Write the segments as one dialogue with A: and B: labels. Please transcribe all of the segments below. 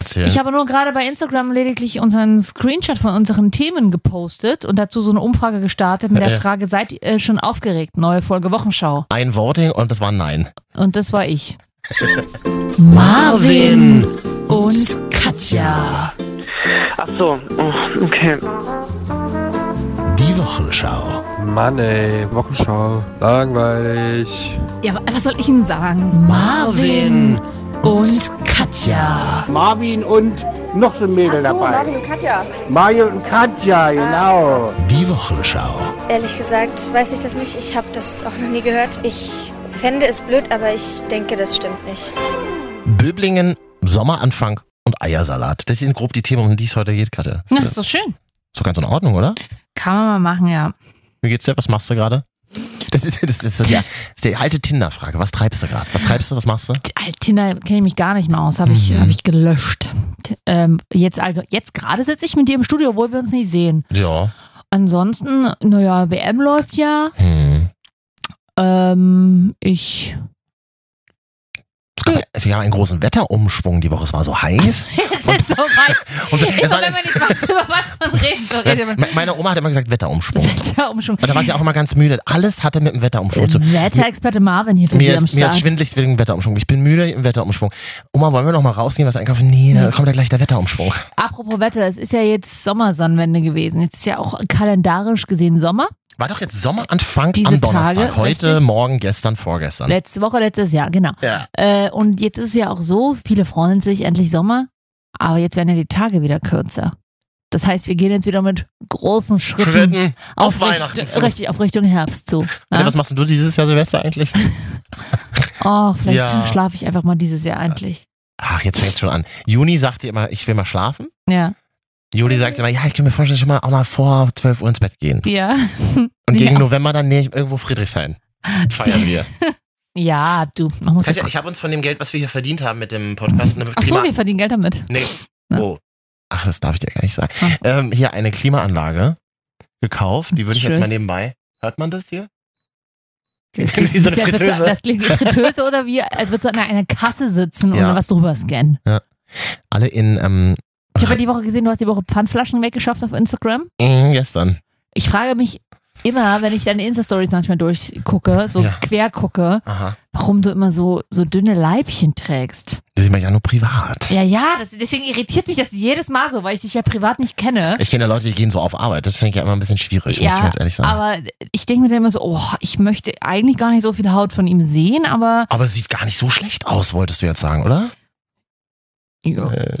A: erzählen.
B: Ich habe nur gerade bei Instagram lediglich unseren Screenshot von unseren Themen gepostet und dazu so eine Umfrage gestartet mit der
A: Äh.
B: Frage, seid ihr schon aufgeregt? Neue Folge Wochenschau.
A: Ein Voting und das war Nein.
B: Und das war ich. und
A: Katja.
C: Ach so, oh, okay.
A: Die Wochenschau.
D: Mann ey, Wochenschau, langweilig.
B: Ja, wa- was soll ich Ihnen sagen?
A: Marvin
B: und
A: Katja.
E: Marvin und noch so ein Mädel
F: Ach so,
E: dabei.
F: Marvin und Katja. Ah.
E: Mario und Katja, genau.
A: Die Wochenschau.
G: Ehrlich gesagt weiß ich das nicht. Ich habe das auch noch nie gehört. Ich fände es blöd, aber ich denke, das stimmt nicht.
A: Böblingen, Sommeranfang und Eiersalat. Das sind grob die Themen, um die es heute geht, Katja.
B: Na, ist doch schön.
A: So ganz in Ordnung, oder?
B: Kann man mal machen, ja.
A: Wie geht's dir? Was machst du gerade? Das ist, das ist, so die- das ist die alte Tinder-Frage. Was treibst du gerade? Was treibst du? Was machst du?
B: Alt Tinder kenne ich mich gar nicht mehr aus, habe ich,
A: Mhm.
B: hab ich gelöscht. T- Ähm, jetzt also, jetzt gerade sitze ich mit dir im Studio, obwohl wir uns nicht sehen.
A: Ja.
B: Ansonsten, naja, WM läuft ja.
A: Hm.
B: Ähm, ich.
A: Es gab, es gab einen großen Wetterumschwung die Woche. Es war so heiß.
B: Es ist so weit.
A: Und es
B: Immer
A: war,
B: wenn man nicht weiß, über was man redet, so redet man.
A: Me- meine Oma hat immer gesagt Wetterumschwung.
B: Wetterumschwung.
A: Und da war sie auch immer ganz müde. Alles hatte mit dem Wetterumschwung zu
B: Wetterexperte Marvin hier für Sie
A: mir
B: am
A: ist, mir ist
B: Start.
A: schwindelig wegen dem Wetterumschwung. Ich bin müde im Wetterumschwung. Oma, wollen wir noch mal rausgehen, was einkaufen? Nee, dann kommt ja gleich der Wetterumschwung.
B: Apropos Wetter, es ist ja jetzt Sommersonnenwende gewesen. Jetzt ist ja auch kalendarisch gesehen Sommer.
A: War doch jetzt Sommeranfang
B: Diese
A: am Donnerstag.
B: Tage,
A: Heute,
B: richtig?
A: morgen, gestern, vorgestern.
B: Letzte Woche, letztes Jahr, genau.
A: ja.
B: Äh, und jetzt ist es ja auch so, viele freuen sich endlich Sommer, aber jetzt werden ja die Tage wieder kürzer. Das heißt, wir gehen jetzt wieder mit großen Schritten,
A: auf
B: Richt-
A: Weihnachten zu.
B: richtig auf Richtung Herbst zu.
A: Alter,
B: Ja?
A: Was machst denn du dieses Jahr Silvester eigentlich?
B: Oh, vielleicht
A: Ja.
B: schlafe ich einfach mal dieses Jahr endlich.
A: Ach, jetzt fängt's schon an. Juni sagt ihr immer, ich will mal schlafen.
B: Ja. Mhm.
A: Juli sagt immer, ja, ich kann mir vorstellen, schon mal auch mal vor 12 Uhr ins Bett gehen.
B: Ja.
A: Und gegen
B: ja.
A: November dann näher irgendwo Friedrichshain. Feiern wir.
B: ja, du. Man muss ja
A: Katja, ich habe uns von dem Geld, was wir hier verdient haben mit dem Podcast, eine
B: Ach so,
A: Klima
B: wir verdienen Geld damit.
A: nee.
B: Ja. Ah.
A: oh. Ach, das darf ich dir gar nicht sagen.
B: Ach.
A: Ähm, hier eine Klimaanlage gekauft. Die würde ich jetzt
B: Schön.
A: mal nebenbei. Hört man das hier?
B: Das
A: Wie
B: klingt
A: so eine
B: das wird
A: Fritteuse.
B: Das klingt wie Fritteuse oder wie, als würdest du an einer Kasse sitzen und
A: Ja.
B: was drüber scannen.
A: Alle in ähm,
B: Ich habe ja die Woche gesehen, du hast die Woche Pfandflaschen weggeschafft auf Instagram.
A: mm, gestern.
B: Ich frage mich immer, wenn ich deine Insta-Stories manchmal durchgucke, so
A: Ja.
B: quer gucke,
A: Aha.
B: warum du immer so, so dünne Leibchen trägst.
A: Das ist mir ja nur privat.
B: Ja, ja, das, deswegen irritiert mich das jedes Mal so, weil ich dich ja privat nicht kenne.
A: Ich kenne ja Leute, die gehen so auf Arbeit. Das finde ich ja immer ein bisschen schwierig, muss
B: Ja,
A: ich ganz ehrlich sagen. Aber,
B: Aber ich denke mir dann immer so, oh, ich möchte eigentlich gar nicht so viel Haut von ihm sehen, aber
A: es sieht gar nicht so schlecht aus, wolltest du jetzt sagen, oder? Äh,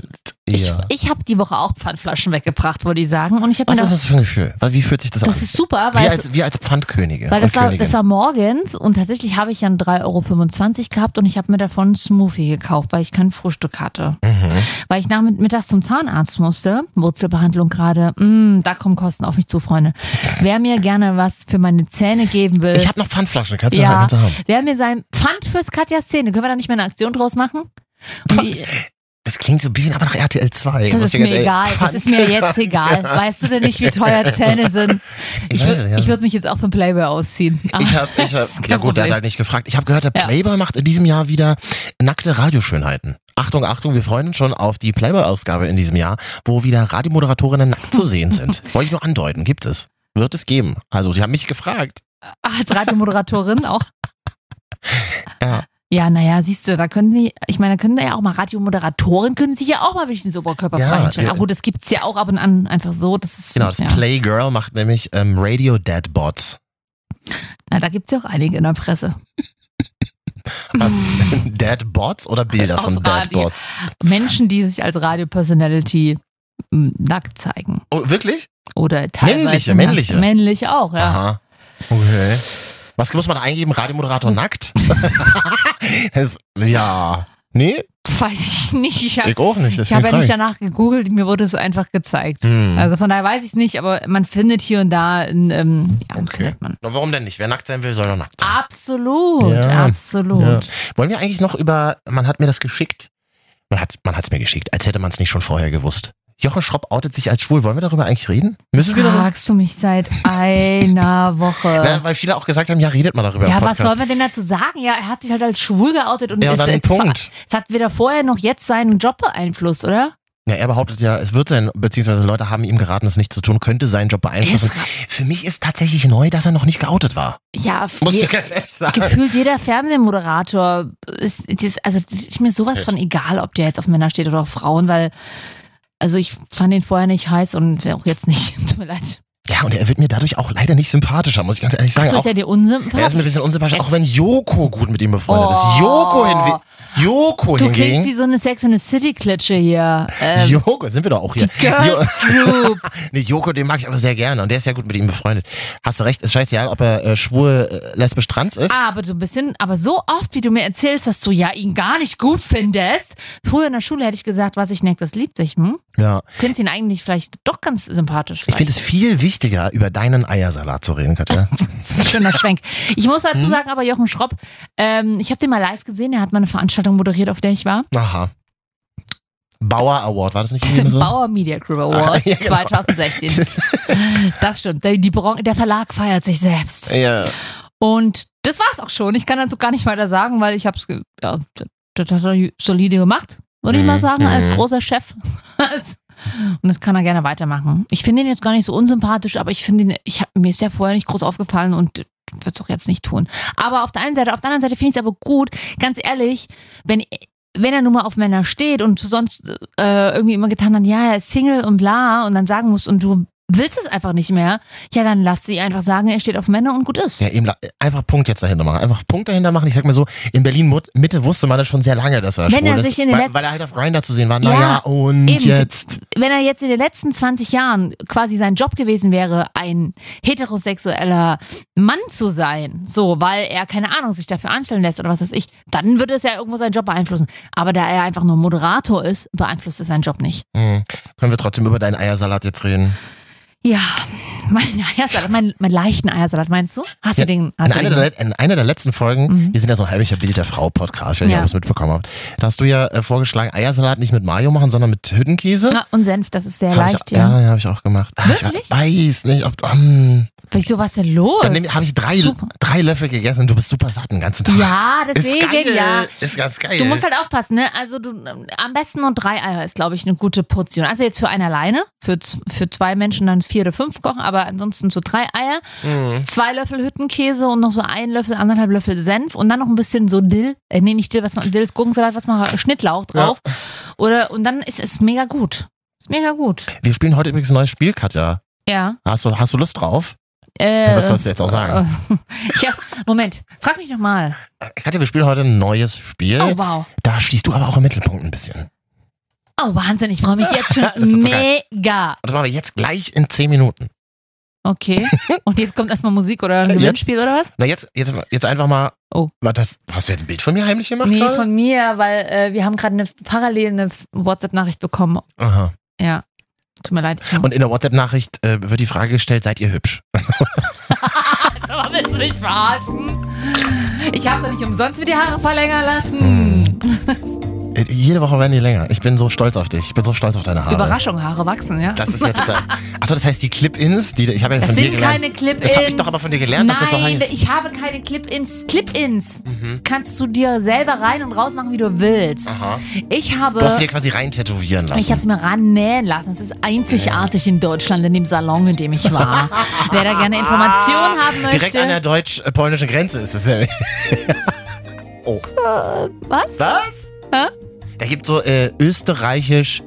B: ich,
A: ja.
B: ich habe die Woche auch Pfandflaschen weggebracht, wollte ich sagen. Und ich habe mir
A: Was ist
B: gedacht,
A: das für ein Gefühl? Wie fühlt sich das,
B: genau. das
A: an?
B: ist super, weil
A: wir,
B: es-
A: als, wir als Pfandkönige
B: Weil das
A: und
B: war,
A: Königin.
B: das war morgens und tatsächlich habe ich dann 3,25 Euro gehabt und ich habe mir davon einen Smoothie gekauft, weil ich kein Frühstück hatte.
A: mhm.
B: Weil ich nachmittags zum Zahnarzt musste, Wurzelbehandlung gerade, mm, da kommen Kosten auf mich zu, Freunde. Wer mir gerne was für meine Zähne geben will,
A: Ich habe noch Pfandflaschen, kannst du,
B: Äh, Ja.
A: kannst du haben.
B: wer mir sein Pfand fürs Katjas Zähne, können wir da nicht mehr eine Aktion draus machen? Und
A: Pfand-
B: ich,
A: Das klingt so ein bisschen aber nach RTL 2.
B: das
A: muss
B: ist
A: ich ganz
B: mir
A: ehrlich-
B: egal, das
A: Pfand-
B: ist mir jetzt egal. Weißt du denn nicht, wie teuer Zähne sind?
A: Ich
B: Ich,
A: weiß
B: wür-
A: es, ja.
B: ich würde mich jetzt auch vom Playboy ausziehen. Ah, Aber
A: Ich habe, ich
B: das ist
A: hab,
B: kein
A: ja gut, der hat
B: Problem.
A: halt nicht gefragt. Ich habe gehört, der
B: Ja.
A: Playboy macht in diesem Jahr wieder nackte Radioschönheiten. Achtung, Achtung, wir freuen uns schon auf die Playboy-Ausgabe in diesem Jahr, wo wieder Radiomoderatorinnen nackt zu sehen sind. Wollte ich nur andeuten, gibt es. Wird es geben. Also, die haben mich gefragt.
B: Ach, als ah, Radiomoderatorin auch.
A: Ja.
B: Ja, naja, siehst du, da können sie, ich meine, da können da ja auch mal Radiomoderatoren, können sie ja auch mal ein bisschen so Oberkörper
A: Ja,
B: einstellen.
A: ja.
B: Aber gut, das gibt's ja auch ab und an einfach so. Das ist,
A: Genau, das
B: ja.
A: Playgirl macht nämlich ähm, Radio Deadbots.
B: Na, da gibt's ja auch einige in der Presse.
A: Also, Deadbots oder Bilder
B: Aus
A: von
B: Radio.
A: Deadbots?
B: Menschen, die sich als Radiopersonality m, nackt zeigen.
A: Oh, wirklich?
B: Oder teilweise.
A: Männliche,
B: nackt.
A: männliche.
B: Männliche auch, ja.
A: Aha. Okay. Was muss man da eingeben? Radiomoderator nackt? das, ja. Nee,
B: Weiß ich nicht. Ich habe
A: ich auch nicht.
B: ich hab
A: deswegen
B: ja nicht
A: frage
B: danach gegoogelt, mir wurde es einfach gezeigt.
A: ich. Hm.
B: Also von daher weiß ich es nicht, aber man findet hier und da ein, ähm, ja,
A: Okay.
B: findet man.
A: Na, warum denn nicht? Wer nackt sein will, soll doch nackt
B: Ah.
A: sein.
B: Absolut,
A: Ja.
B: absolut.
A: Wollen wir eigentlich noch über, man hat mir das geschickt. Man hat es man hat's mir geschickt, als hätte man es nicht schon vorher gewusst. Jochen Schropp outet sich als schwul. Wollen wir darüber eigentlich reden? Müssen wir darüber?
B: Fragst du mich seit einer Woche.
A: Na, weil viele auch gesagt haben, ja, redet mal darüber
B: Ja,
A: im
B: was
A: Podcast.
B: soll man denn dazu sagen? Ja, er hat sich halt als schwul geoutet und
A: ja,
B: ist
A: dann
B: jetzt ver-
A: Punkt.
B: Es hat weder vorher noch jetzt seinen Job beeinflusst, oder?
A: Ja, er behauptet ja, es wird sein, beziehungsweise Leute haben ihm geraten, es nicht zu tun, könnte seinen Job beeinflussen. Für mich ist tatsächlich neu, dass er noch nicht geoutet war.
B: Ja,
A: Muss
B: je-
A: ich ganz ehrlich sagen.
B: gefühlt jeder Fernsehmoderator ist, dieses- also das ist mir sowas von egal, ob der jetzt auf Männer steht oder auf Frauen, weil also ich fand ihn vorher nicht heiß und auch jetzt nicht. Tut mir leid.
A: Ja, und er wird mir dadurch auch leider nicht sympathischer, muss ich ganz ehrlich sagen.
B: Achso,
A: auch,
B: ist er dir
A: er ist mir ein
B: unsympathisch?
A: bisschen unsympathisch, auch wenn Joko gut mit ihm befreundet ist.
B: Oh.
A: Joko, hinwe Joko
B: Du klingst wie
A: hingegen.
B: so eine Sex in the City Klitsche hier. Ähm,
A: Joko, sind wir doch auch hier.
B: die Girls Group.
A: Nee, Joko, den mag ich aber sehr gerne und der ist ja gut mit ihm befreundet. Hast du recht, ist scheißegal, ob er äh, schwul, äh, lesbisch, trans ist.
B: Aber so ein bisschen, aber so oft, wie du mir erzählst, dass du ja ihn gar nicht gut findest. Früher in der Schule hätte ich gesagt, was ich neckt, das liebt dich. Hm?
A: Ja.
B: Findest ihn eigentlich vielleicht doch ganz sympathisch.
A: Ich finde es
B: vielleicht.
A: viel wichtiger, über deinen Eiersalat zu reden, Katja.
B: Das ist ein schöner Schwenk. Ich muss
A: Mhm.
B: dazu sagen, aber Jochen Schropp, ähm, ich habe den mal live gesehen, er hat mal eine Veranstaltung moderiert, auf der ich war.
A: Aha. Bauer Award, war das nicht irgendwie so?
B: Bauer Media Group Awards
A: ja, genau.
B: 2016. Das stimmt. Der, die Bron der Verlag feiert sich selbst.
A: Ja.
B: Und das war's auch schon. Ich kann dazu gar nicht weiter sagen, weil ich hab's ge- ja, das hat er solide gemacht, würde ich
A: Mhm,
B: mal sagen, als
A: mhm.
B: großer Chef. Und das kann er gerne weitermachen. Ich finde ihn jetzt gar nicht so unsympathisch, aber ich finde ihn, ich hab, mir ist ja vorher nicht groß aufgefallen und würde es auch jetzt nicht tun. Aber auf der einen Seite, auf der anderen Seite finde ich es aber gut, ganz ehrlich, wenn, wenn er nun mal auf Männer steht und du sonst äh, irgendwie immer getan hast, ja, er ist Single und bla und dann sagen musst und du willst es einfach nicht mehr, ja, dann lass sie einfach sagen, er steht auf Männer und gut ist.
A: Ja, eben, la- einfach Punkt jetzt dahinter machen. Einfach Punkt dahinter machen. Ich sag mal so, in Berlin Mut- Mitte wusste man das schon sehr lange, dass er
B: Wenn
A: schwul
B: er
A: ist.
B: sich in den
A: weil,
B: letzten-
A: weil er halt auf Grinder zu sehen war.
B: Ja,
A: Naja, ja, und
B: eben.
A: jetzt.
B: wenn er jetzt in den letzten 20 Jahren quasi sein Job gewesen wäre, ein heterosexueller Mann zu sein, so, weil er, keine Ahnung, sich dafür anstellen lässt oder was weiß ich, dann würde es ja irgendwo seinen Job beeinflussen. Aber da er einfach nur Moderator ist, beeinflusst es seinen Job nicht.
A: Hm. Können wir trotzdem über deinen Eiersalat jetzt reden?
B: Ja, mein Eiersalat, mein, mein leichten Eiersalat, meinst du? Hast
A: Ja,
B: du den?
A: In
B: Hast du
A: einer,
B: den?
A: der, let- in einer der letzten Folgen,
B: Mhm.
A: wir sind ja so ein heimlicher Bild der Frau Podcast, wenn ihr
B: Ja.
A: das mitbekommen habt. Da hast du ja äh, vorgeschlagen, Eiersalat nicht mit Mayo machen, sondern mit Hüttenkäse.
B: Ja, und Senf, das ist sehr
A: Hab ich-
B: leicht, ja.
A: Ja, ja habe ich auch gemacht. Ah,
B: Wirklich?
A: Ich weiß nicht, ob. Ähm,
B: Wieso, was ist denn los?
A: dann habe ich drei,
B: Super.
A: drei Löffel gegessen und du bist super satt den ganzen Tag.
B: Ja,
A: ist
B: deswegen,
A: geil.
B: ja.
A: Ist ganz geil.
B: Du musst halt aufpassen, ne? Also du, ähm, am besten nur drei Eier ist, glaube ich, eine gute Portion. Also jetzt für einen alleine, für, z- für zwei Menschen dann vier oder fünf kochen, aber ansonsten so drei Eier,
A: Mhm.
B: zwei Löffel Hüttenkäse und noch so ein Löffel, anderthalb Löffel Senf und dann noch ein bisschen so Dill, äh, nee, nicht Dill, was man, Dill ist Gurkensalat, was man, äh, Schnittlauch drauf. Oder, und dann ist es mega gut. Ist mega gut.
A: Wir spielen heute übrigens ein neues Spiel, Katja.
B: Ja.
A: Hast du, hast du Lust drauf?
B: Äh,
A: Was sollst du jetzt auch sagen?
B: äh, ja, Moment, frag mich nochmal.
A: Äh, Katja, wir spielen heute ein neues Spiel.
B: Oh, wow.
A: Da stehst du aber auch im Mittelpunkt ein bisschen. Und
B: Oh, Wahnsinn, ich freue mich jetzt
A: Das
B: schon
A: ist so geil.
B: mega.
A: das machen wir jetzt gleich in 10 Minuten.
B: Okay. Und jetzt kommt erstmal Musik oder ein
A: Jetzt?
B: Gewinnspiel oder was?
A: Na, jetzt, jetzt, jetzt einfach mal.
B: Oh.
A: War das, hast du jetzt ein Bild von mir heimlich gemacht?
B: Nee,
A: gerade?
B: von mir, weil äh, wir haben gerade eine parallel eine WhatsApp-Nachricht bekommen.
A: Aha.
B: Ja. Tut mir leid.
A: Und in der WhatsApp-Nachricht äh, wird die Frage gestellt: Seid ihr hübsch?
B: Aber willst du mich verarschen? Ich habe doch nicht umsonst mir die Haare verlängern
A: Hm.
B: lassen.
A: Äh, Jede Woche werden die länger. Ich bin so stolz auf dich. Ich bin so stolz auf deine Haare.
B: Überraschung, Haare wachsen, ja?
A: Das ist ja total. Achso, das heißt die Clip-Ins, die ich habe ja
B: Das
A: von dir
B: sind
A: gelernt.
B: keine Clip-Ins.
A: das habe ich doch aber von dir gelernt, dass das so
B: Nein,
A: heißt. Mhm.
B: ich habe keine Clip-Ins. Clip-Ins kannst du dir selber rein und raus machen, wie du willst.
A: Aha.
B: Ich habe...
A: Ah. Du hast sie dir quasi rein tätowieren lassen.
B: Ich habe es mir rannähen lassen. Es ist einzigartig in Deutschland, in dem Salon, in dem ich war. Wer da gerne Informationen haben
A: Direkt an der
B: möchte.
A: deutsch-polnischen Grenze ist es nämlich. oh.
B: Was?
A: Was?
B: Hä?
A: Da gibt so äh, österreichisch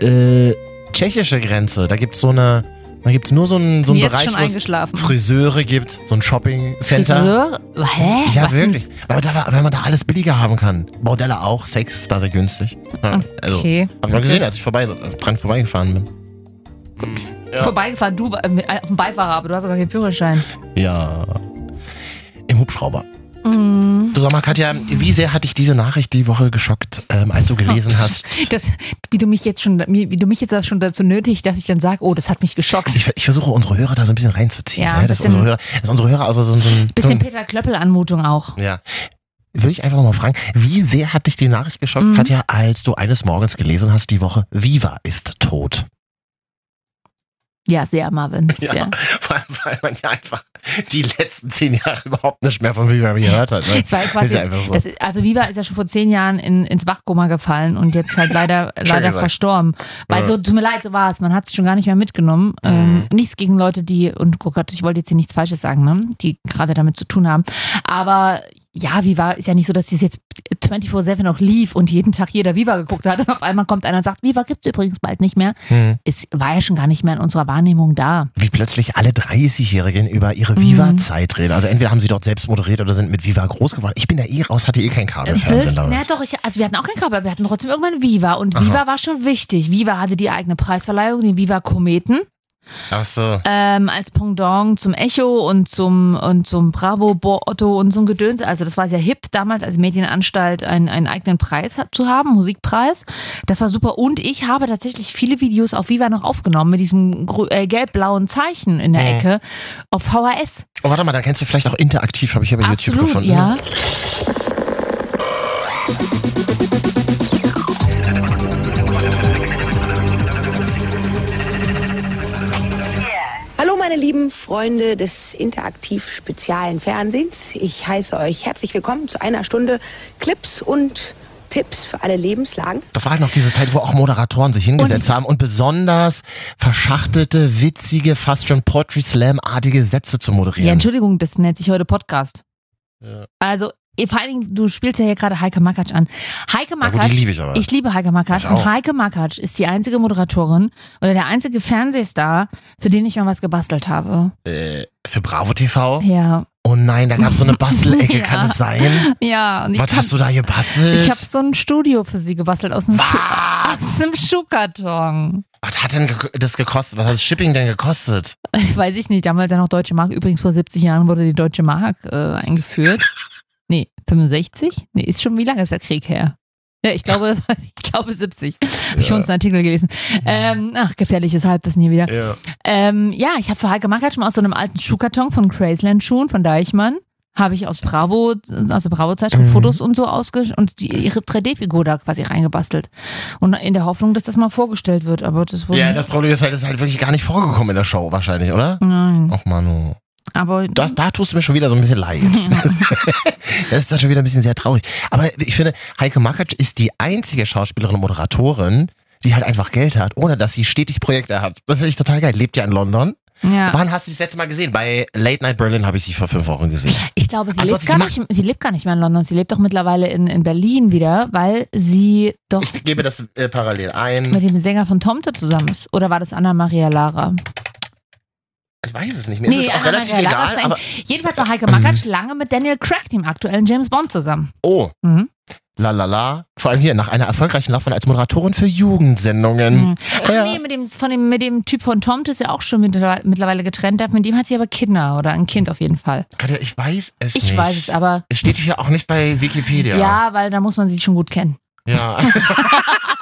A: äh, tschechische Grenze. Da gibt's so eine da gibt's nur so einen so
B: Bin
A: einen
B: jetzt
A: Bereich,
B: schon
A: wo es
B: eingeschlafen.
A: Friseure gibt, so ein Shopping Center.
B: Friseur? Hä?
A: Ja,
B: Was
A: wirklich.
B: denn?
A: Weil, da, weil man da alles billiger haben kann. Bordelle auch, Sex, da sehr günstig. Ja, Also,
B: Okay.
A: hab ich mal gesehen, als ich vorbei, dran vorbeigefahren bin. Ja.
B: Vorbeigefahren, du äh, mit- auf dem Beifahrer, aber du hast sogar keinen Führerschein.
A: Ja. Im Hubschrauber.
B: Mm.
A: Du sag mal, Katja, wie sehr hat dich diese Nachricht die Woche geschockt, ähm, als du gelesen hast?
B: Das, wie du mich jetzt schon, wie du mich jetzt das schon dazu nötigst, dass ich dann sage, oh, das hat mich geschockt.
A: Ich, ich versuche unsere Hörer da so ein bisschen reinzuziehen.
B: Ja,
A: ne? dass,
B: bisschen-
A: unsere Hörer, dass unsere Hörer also so, ein- so, ein- so
B: Bisschen
A: ein.
B: Peter Klöppel-Anmutung auch.
A: Ja. Würde ich einfach noch mal fragen, wie sehr hat dich die Nachricht geschockt,
B: Mhm.
A: Katja, als du eines Morgens gelesen hast, die Woche Viva ist tot?
B: Ja, sehr, Marvin. Sehr.
A: Ja. Vor allem, weil man ja einfach die letzten zehn Jahre überhaupt nicht mehr von Viva gehört hat. Ne?
B: Es war ja quasi,
A: Ist ja einfach so.
B: das, also Viva ist ja schon vor zehn Jahren in, ins Wachkoma gefallen und jetzt halt leider, leider
A: gesagt.
B: verstorben. Weil
A: Ja. Mhm.
B: so, tut mir leid, so war es. Man hat es schon gar nicht mehr mitgenommen. Ähm, nichts gegen Leute, die, und oh Gott, ich wollte jetzt hier nichts Falsches sagen, ne? die gerade damit zu tun haben. Aber ja, Viva ist ja nicht so, dass es jetzt 24-7 noch lief und jeden Tag jeder Viva geguckt hat. Und auf einmal kommt einer und sagt, Viva gibt's übrigens bald nicht mehr.
A: Hm.
B: Es war ja schon gar nicht mehr in unserer Wahrnehmung da.
A: Wie plötzlich alle 30-Jährigen über
B: Mhm.
A: ihre Viva-Zeit reden. Also entweder haben sie dort selbst moderiert oder sind mit Viva groß geworden. Ich bin da eh raus, hatte eh kein
B: Äh,
A: Kabelfernsehen
B: Wirklich? Na
A: damals.
B: doch, ich, also wir hatten auch keinen Kabel, wir hatten trotzdem irgendwann Viva und Viva war schon wichtig. Viva hatte die eigene Preisverleihung, den Viva Kometen,
A: Ach so.
B: ähm, als Pendant zum Echo und zum, und zum Bravo Bo Otto und zum Gedöns. Also das war sehr hip damals als Medienanstalt einen, einen eigenen Preis ha- zu haben, Musikpreis. Das war super und ich habe tatsächlich viele Videos auf Viva noch aufgenommen mit diesem grü- äh, gelb-blauen Zeichen in der
A: Mhm.
B: Ecke auf VHS.
A: Oh, warte mal, da kennst du vielleicht auch interaktiv, habe ich über YouTube
B: Absolut,
A: gefunden. ne?
B: ja.
F: Hallo meine lieben Freunde des interaktiv spezialen Fernsehens. Ich heiße euch herzlich willkommen zu einer Stunde Clips und Tipps für alle Lebenslagen.
A: Das war halt noch diese Zeit, wo auch Moderatoren sich hingesetzt haben und besonders verschachtelte, witzige, fast schon Poetry Slam-artige Sätze zu
B: Ja,
A: moderieren.
B: Entschuldigung, das nennt sich heute Podcast.
A: Ja.
B: Also, eh, vor allen Dingen, du spielst ja hier gerade Heike Makatsch an. Heike
A: Ja, gut, die
B: Makatsch,
A: liebe ich aber.
B: ich liebe Heike Makatsch.
A: Ich auch.
B: Und Heike Makatsch ist die einzige Moderatorin oder der einzige Fernsehstar, für den ich mal was gebastelt habe.
A: äh, für Bravo TV?
B: Ja.
A: Oh nein, da gab es so eine Bastelecke,
B: Ja.
A: kann es sein?
B: Ja, und ich,
A: Was hast du da gebastelt?
B: ich habe so ein Studio für sie gebastelt aus einem, Schu
A: Was?
B: aus einem Schuhkarton.
A: Was hat denn ge- das gekostet? Was hat das Shipping denn gekostet?
B: Weiß ich nicht, damals ja noch Deutsche Mark. Übrigens vor 70 Jahren wurde die Deutsche Mark äh, eingeführt. Nee, 65? Nee, ist schon, wie lange ist der Krieg her? Ja, ich glaube, ich glaube 70. Habe ich schon einen Artikel gelesen. Ähm, ach, gefährliches Halbwissen hier wieder.
A: Ja.
B: Ähm, ja, ich habe für Heike Makatsch schon aus so einem alten Schuhkarton von Crazeland Schuhen von Deichmann habe ich aus Bravo, aus der Bravo-Zeitschrift
A: Mhm.
B: Fotos und so ausge und die, ihre 3D-Figur da quasi reingebastelt. Und in der Hoffnung, dass das mal vorgestellt wird, aber das wurde
A: ja,
B: nicht.
A: das Problem ist halt, das ist halt wirklich gar nicht vorgekommen in der Show wahrscheinlich, oder?
B: Nein.
A: Och Manu.
B: Aber
A: Das, da tust du mir schon wieder so ein bisschen leid. das ist dann schon wieder ein bisschen sehr traurig. Aber ich finde, Heike Makatsch ist die einzige Schauspielerin und Moderatorin, die halt einfach Geld hat, ohne dass sie stetig Projekte hat. Das finde ich total geil. Lebt ja in London.
B: ja.
A: Wann hast du das letzte Mal gesehen? Bei Late Night Berlin habe ich sie vor fünf Wochen gesehen.
B: Ich glaube, sie lebt,
A: Ansonsten,
B: gar
A: sie
B: nicht, sie lebt gar nicht mehr in London. Sie lebt doch mittlerweile in, in Berlin wieder, weil sie doch
A: Ich gebe das äh, parallel
B: mit
A: ein.
B: dem Sänger von Tomte zusammen ist. Oder war das Anna-Maria Lara?
A: Ich weiß es nicht mehr. Mir ist es auch relativ
B: Anna-Maria Lara
A: egal.
B: ist ein-
A: Aber,
B: Jedenfalls war
A: Ähm.
B: Heike Makatsch lange mit Daniel Craig, dem aktuellen James Bond, zusammen.
A: oh,
B: Mhm.
A: la la la. Vor allem hier, nach einer erfolgreichen Laufbahn als Moderatorin für Jugendsendungen.
B: Mhm. Ach
A: Ähm, Ja.
B: nee, mit dem, von dem, mit dem Typ von Tomte ist ja auch schon mittlerweile mittlerweile getrennt. Mit dem hat sie aber Kinder oder ein Kind auf jeden Fall.
A: Katja, ich weiß es
B: Ich
A: nicht.
B: weiß es aber.
A: Es steht hier auch nicht bei Wikipedia.
B: Ja. weil da muss man sie schon gut kennen.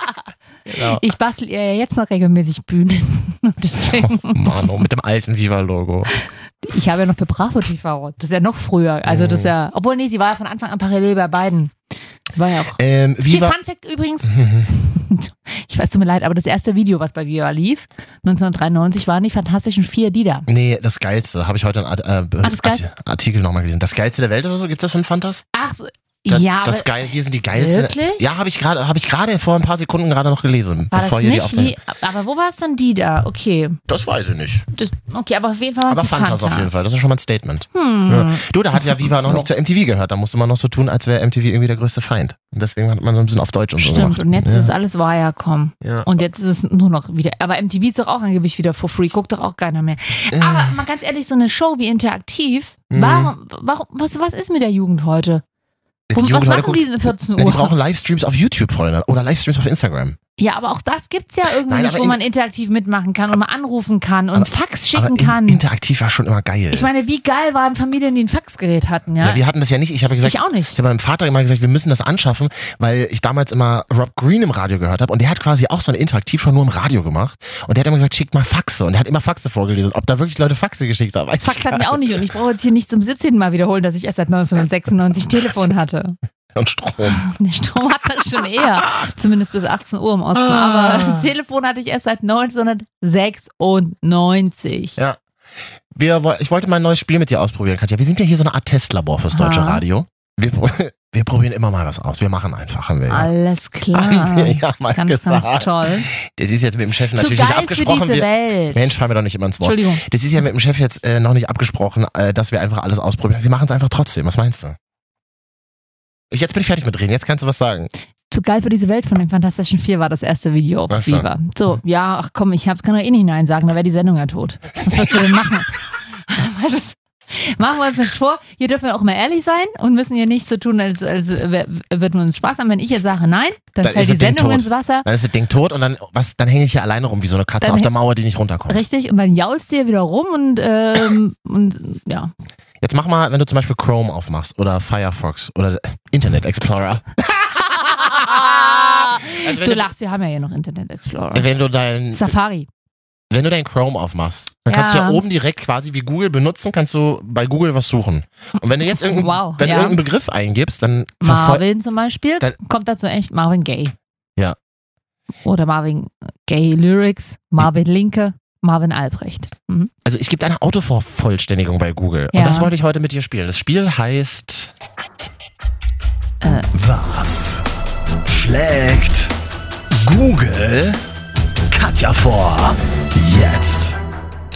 A: Ja. genau.
B: Ich bastel ihr ja jetzt noch regelmäßig Bühnen. Deswegen.
A: Mann, oh, mit dem alten Viva-Logo.
B: Ich habe ja noch für Bravo TV. Das ist ja noch früher. Also das ist ja.
A: Oh.
B: Obwohl, nee, sie war ja von Anfang an parallel bei beiden. Das war ja auch.
A: Ähm,
B: Hier,
A: Viva.
B: Fun Fact übrigens. Ich weiß, tut mir leid, aber das erste Video, was bei Viva lief, 1993, waren die fantastischen vier Lieder.
A: Nee, das Geilste. Habe ich heute einen Art, äh,
B: Ah, das Geilste?
A: Art, Artikel nochmal gelesen. Das Geilste der Welt oder so? Gibt es das von Fantas?
B: Ach so.
A: Da,
B: ja, aber
A: das Geil, hier sind die geilsten.
B: Wirklich?
A: Ja, habe ich gerade hab ich gerade vor ein paar Sekunden gerade noch gelesen.
B: war
A: bevor
B: das
A: ihr die
B: nicht
A: Aufzeichnung-
B: wie. Aber wo war es dann die da? Okay.
A: Das weiß ich nicht.
B: Das, okay, aber auf jeden Fall war es
A: Aber
B: die
A: Fantas
B: Fanta.
A: auf jeden Fall. Das ist schon mal ein Statement.
B: Hm.
A: Ja. Du, da hat ja Viva noch nicht zur MTV gehört. Da musste man noch so tun, als wäre MTV irgendwie der größte Feind. Und deswegen hat man so ein bisschen auf Deutsch und so
B: Stimmt,
A: gemacht.
B: und jetzt
A: ja.
B: ist alles Viacom.
A: Ja.
B: Und jetzt ist es nur noch wieder. Aber MTV ist doch auch angeblich wieder for free, guckt doch auch keiner mehr. Aber mal ganz ehrlich, so eine Show wie interaktiv,
A: Mhm.
B: warum, warum, was, was ist mit der Jugend heute?
A: Die
B: Wo-
A: Jugend
B: was
A: heute
B: machen
A: guckt-
B: die denn 14
A: Na,
B: Uhr?
A: die brauchen Livestreams auf YouTube, Freunde. Oder Livestreams auf Instagram.
B: ja, aber auch das gibt's ja irgendwie
A: Nein,
B: nicht,
A: aber
B: wo
A: in-
B: man interaktiv mitmachen kann und mal anrufen kann und Fax
A: Aber
B: schicken
A: in-
B: kann.
A: interaktiv war schon immer geil.
B: ich meine, wie geil waren Familien, die ein Faxgerät hatten, ja?
A: ja, wir hatten das ja nicht. Ich habe gesagt,
B: ich auch
A: Ich
B: nicht.
A: habe meinem Vater immer gesagt, wir müssen das anschaffen, weil ich damals immer Rob Green im Radio gehört habe und der hat quasi auch so eine Interaktivshow nur im Radio gemacht und der hat immer gesagt, schickt mal Faxe und der hat immer Faxe vorgelesen. Ob da wirklich Leute Faxe geschickt haben, weiß
B: Fax
A: ich gar
B: hatten wir auch
A: nicht.
B: nicht und ich brauche jetzt hier nicht zum 17. Mal wiederholen, dass ich erst seit 1996 Telefon hatte.
A: und Strom.
B: Der Strom hat man schon eher. Zumindest bis 18 Uhr im Osten.
A: Ah.
B: Aber Telefon hatte ich erst seit 1996.
A: Ja. Wir, wo- ich wollte mal ein neues Spiel mit dir ausprobieren, Katja. Wir sind ja hier so eine Art Testlabor fürs deutsche
B: Aha.
A: Radio. Wir, pro- wir probieren immer mal was aus. Wir machen einfach, haben wir ja.
B: Alles
A: Haben
B: klar.
A: wir ja mal
B: Ganz,
A: gesagt.
B: ganz toll.
A: Das ist jetzt mit dem Chef
B: Zu
A: natürlich nicht
B: geil für
A: abgesprochen.
B: diese
A: Wir,
B: Welt.
A: Mensch, fallen wir doch nicht immer ins Wort.
B: Entschuldigung.
A: Das ist ja mit dem Chef jetzt äh, noch nicht abgesprochen, äh, dass wir einfach alles ausprobieren. Wir machen es einfach trotzdem. Was meinst du? Ich- Jetzt bin ich fertig mit reden. Jetzt kannst du was sagen.
B: Zu geil für diese Welt von den Fantastischen Vier war das erste Video auf
A: Ach so.
B: Viva. So, ja, ach komm, ich hab, kann doch eh nicht Nein sagen, da wäre die Sendung ja tot. Was willst du denn machen? Was ist- Machen wir uns nicht vor, hier dürfen wir auch mal ehrlich sein und müssen hier nicht so tun, als, als wär- würden wir uns Spaß haben. Wenn ich jetzt sage nein,
A: Dann
B: dann, fällt
A: ist das Ding
B: die Sendung
A: tot.
B: ins Wasser.
A: Dann ist das Ding tot und dann, was, dann hänge ich hier alleine rum wie so eine Katze
B: Dann
A: auf
B: hä-
A: der Mauer, die nicht runterkommt.
B: Richtig, und dann jaulst du hier wieder rum und, ähm, und ja.
A: Jetzt mach mal, wenn du zum Beispiel Chrome aufmachst oder Firefox oder Internet Explorer. Also wenn
B: du
A: du-
B: lachst, wir haben ja hier noch Internet Explorer.
A: Wenn du dein,
B: Safari.
A: wenn du dein Chrome aufmachst, dann
B: Ja.
A: kannst du ja oben direkt quasi wie Google benutzen, kannst du bei Google was suchen. Und wenn du jetzt irgendeinen
B: Wow,
A: wenn du
B: ja.
A: irgendeinen Begriff eingibst, dann verfolgt
B: Marvin zum Beispiel.
A: Dann-
B: kommt dazu echt Marvin Gaye.
A: Ja.
B: Oder Marvin Gaye Lyrics, Marvin Linke, Marvin Albrecht. Mhm.
A: Also es gibt eine Autovervollständigung bei Google.
B: Ja.
A: Und das wollte ich heute mit dir spielen. Das Spiel heißt.
B: Äh.
A: Was schlägt Google Katja vor? Jetzt.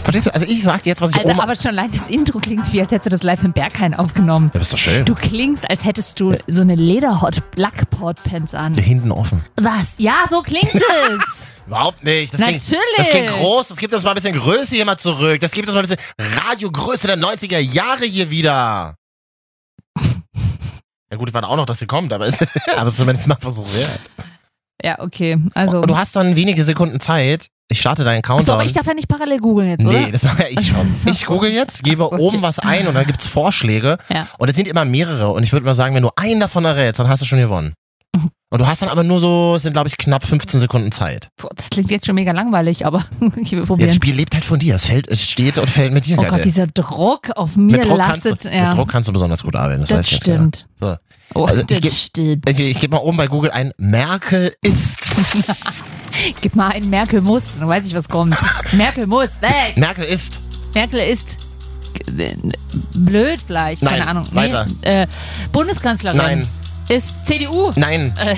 A: Verstehst du? Also ich sag dir jetzt, was ich
B: Alter,
A: oben...
B: aber schon allein das Intro klingt wie, als hättest du das live im Berghain aufgenommen.
A: Ja, bist doch schön.
B: Du klingst, als hättest du so eine Lederhot Black Port Pants an.
A: Hier hinten offen.
B: Was? Ja, so klingt es.
A: Überhaupt nicht. Das Klingt,
B: Natürlich.
A: das klingt groß. Das gibt uns mal ein bisschen Größe hier mal zurück. Das gibt uns mal ein bisschen Radiogröße der 90er Jahre hier wieder. Ja gut, ich warte auch noch, dass sie kommt, aber es, aber es ist zumindest mal ein Versuch wert.
B: Ja, okay. Also.
A: Und du hast dann wenige Sekunden Zeit. Ich starte deinen Countdown.
B: so, aber ich darf ja nicht parallel googeln jetzt, oder?
A: Nee, das mache ich schon. Ich google jetzt, gebe
B: Ach so, okay.
A: oben was ein und dann gibt's Vorschläge.
B: Ja.
A: Und es sind immer mehrere. Und ich würde mal sagen, wenn du einen davon errätst, dann hast du schon gewonnen. Und du hast dann aber nur so, es sind glaube ich knapp 15 Sekunden Zeit.
B: Boah, das klingt jetzt schon mega langweilig, aber okay, wir
A: Das
B: probieren.
A: Spiel lebt halt von dir. Es, fällt, es steht und fällt mit dir.
B: Oh
A: Gerd.
B: Gott, dieser Druck auf mir
A: mit, Druck kannst
B: lastet.
A: du,
B: ja,
A: mit Druck kannst du besonders gut arbeiten. Das,
B: das,
A: weiß ich jetzt genau.
B: stimmt.
A: So.
B: Oh,
A: Also, ich
B: das
A: geb-
B: stimmt.
A: Ich, ich gebe mal oben bei Google ein, Merkel ist.
B: Gib mal einen Merkel muss, dann weiß ich, was kommt. Merkel muss weg.
A: Merkel ist.
B: Merkel ist g- blöd vielleicht, keine
A: Nein,
B: Ahnung.
A: weiter.
B: Äh, Bundeskanzlerin
A: Nein.
B: ist CDU.
A: Nein.
B: Äh,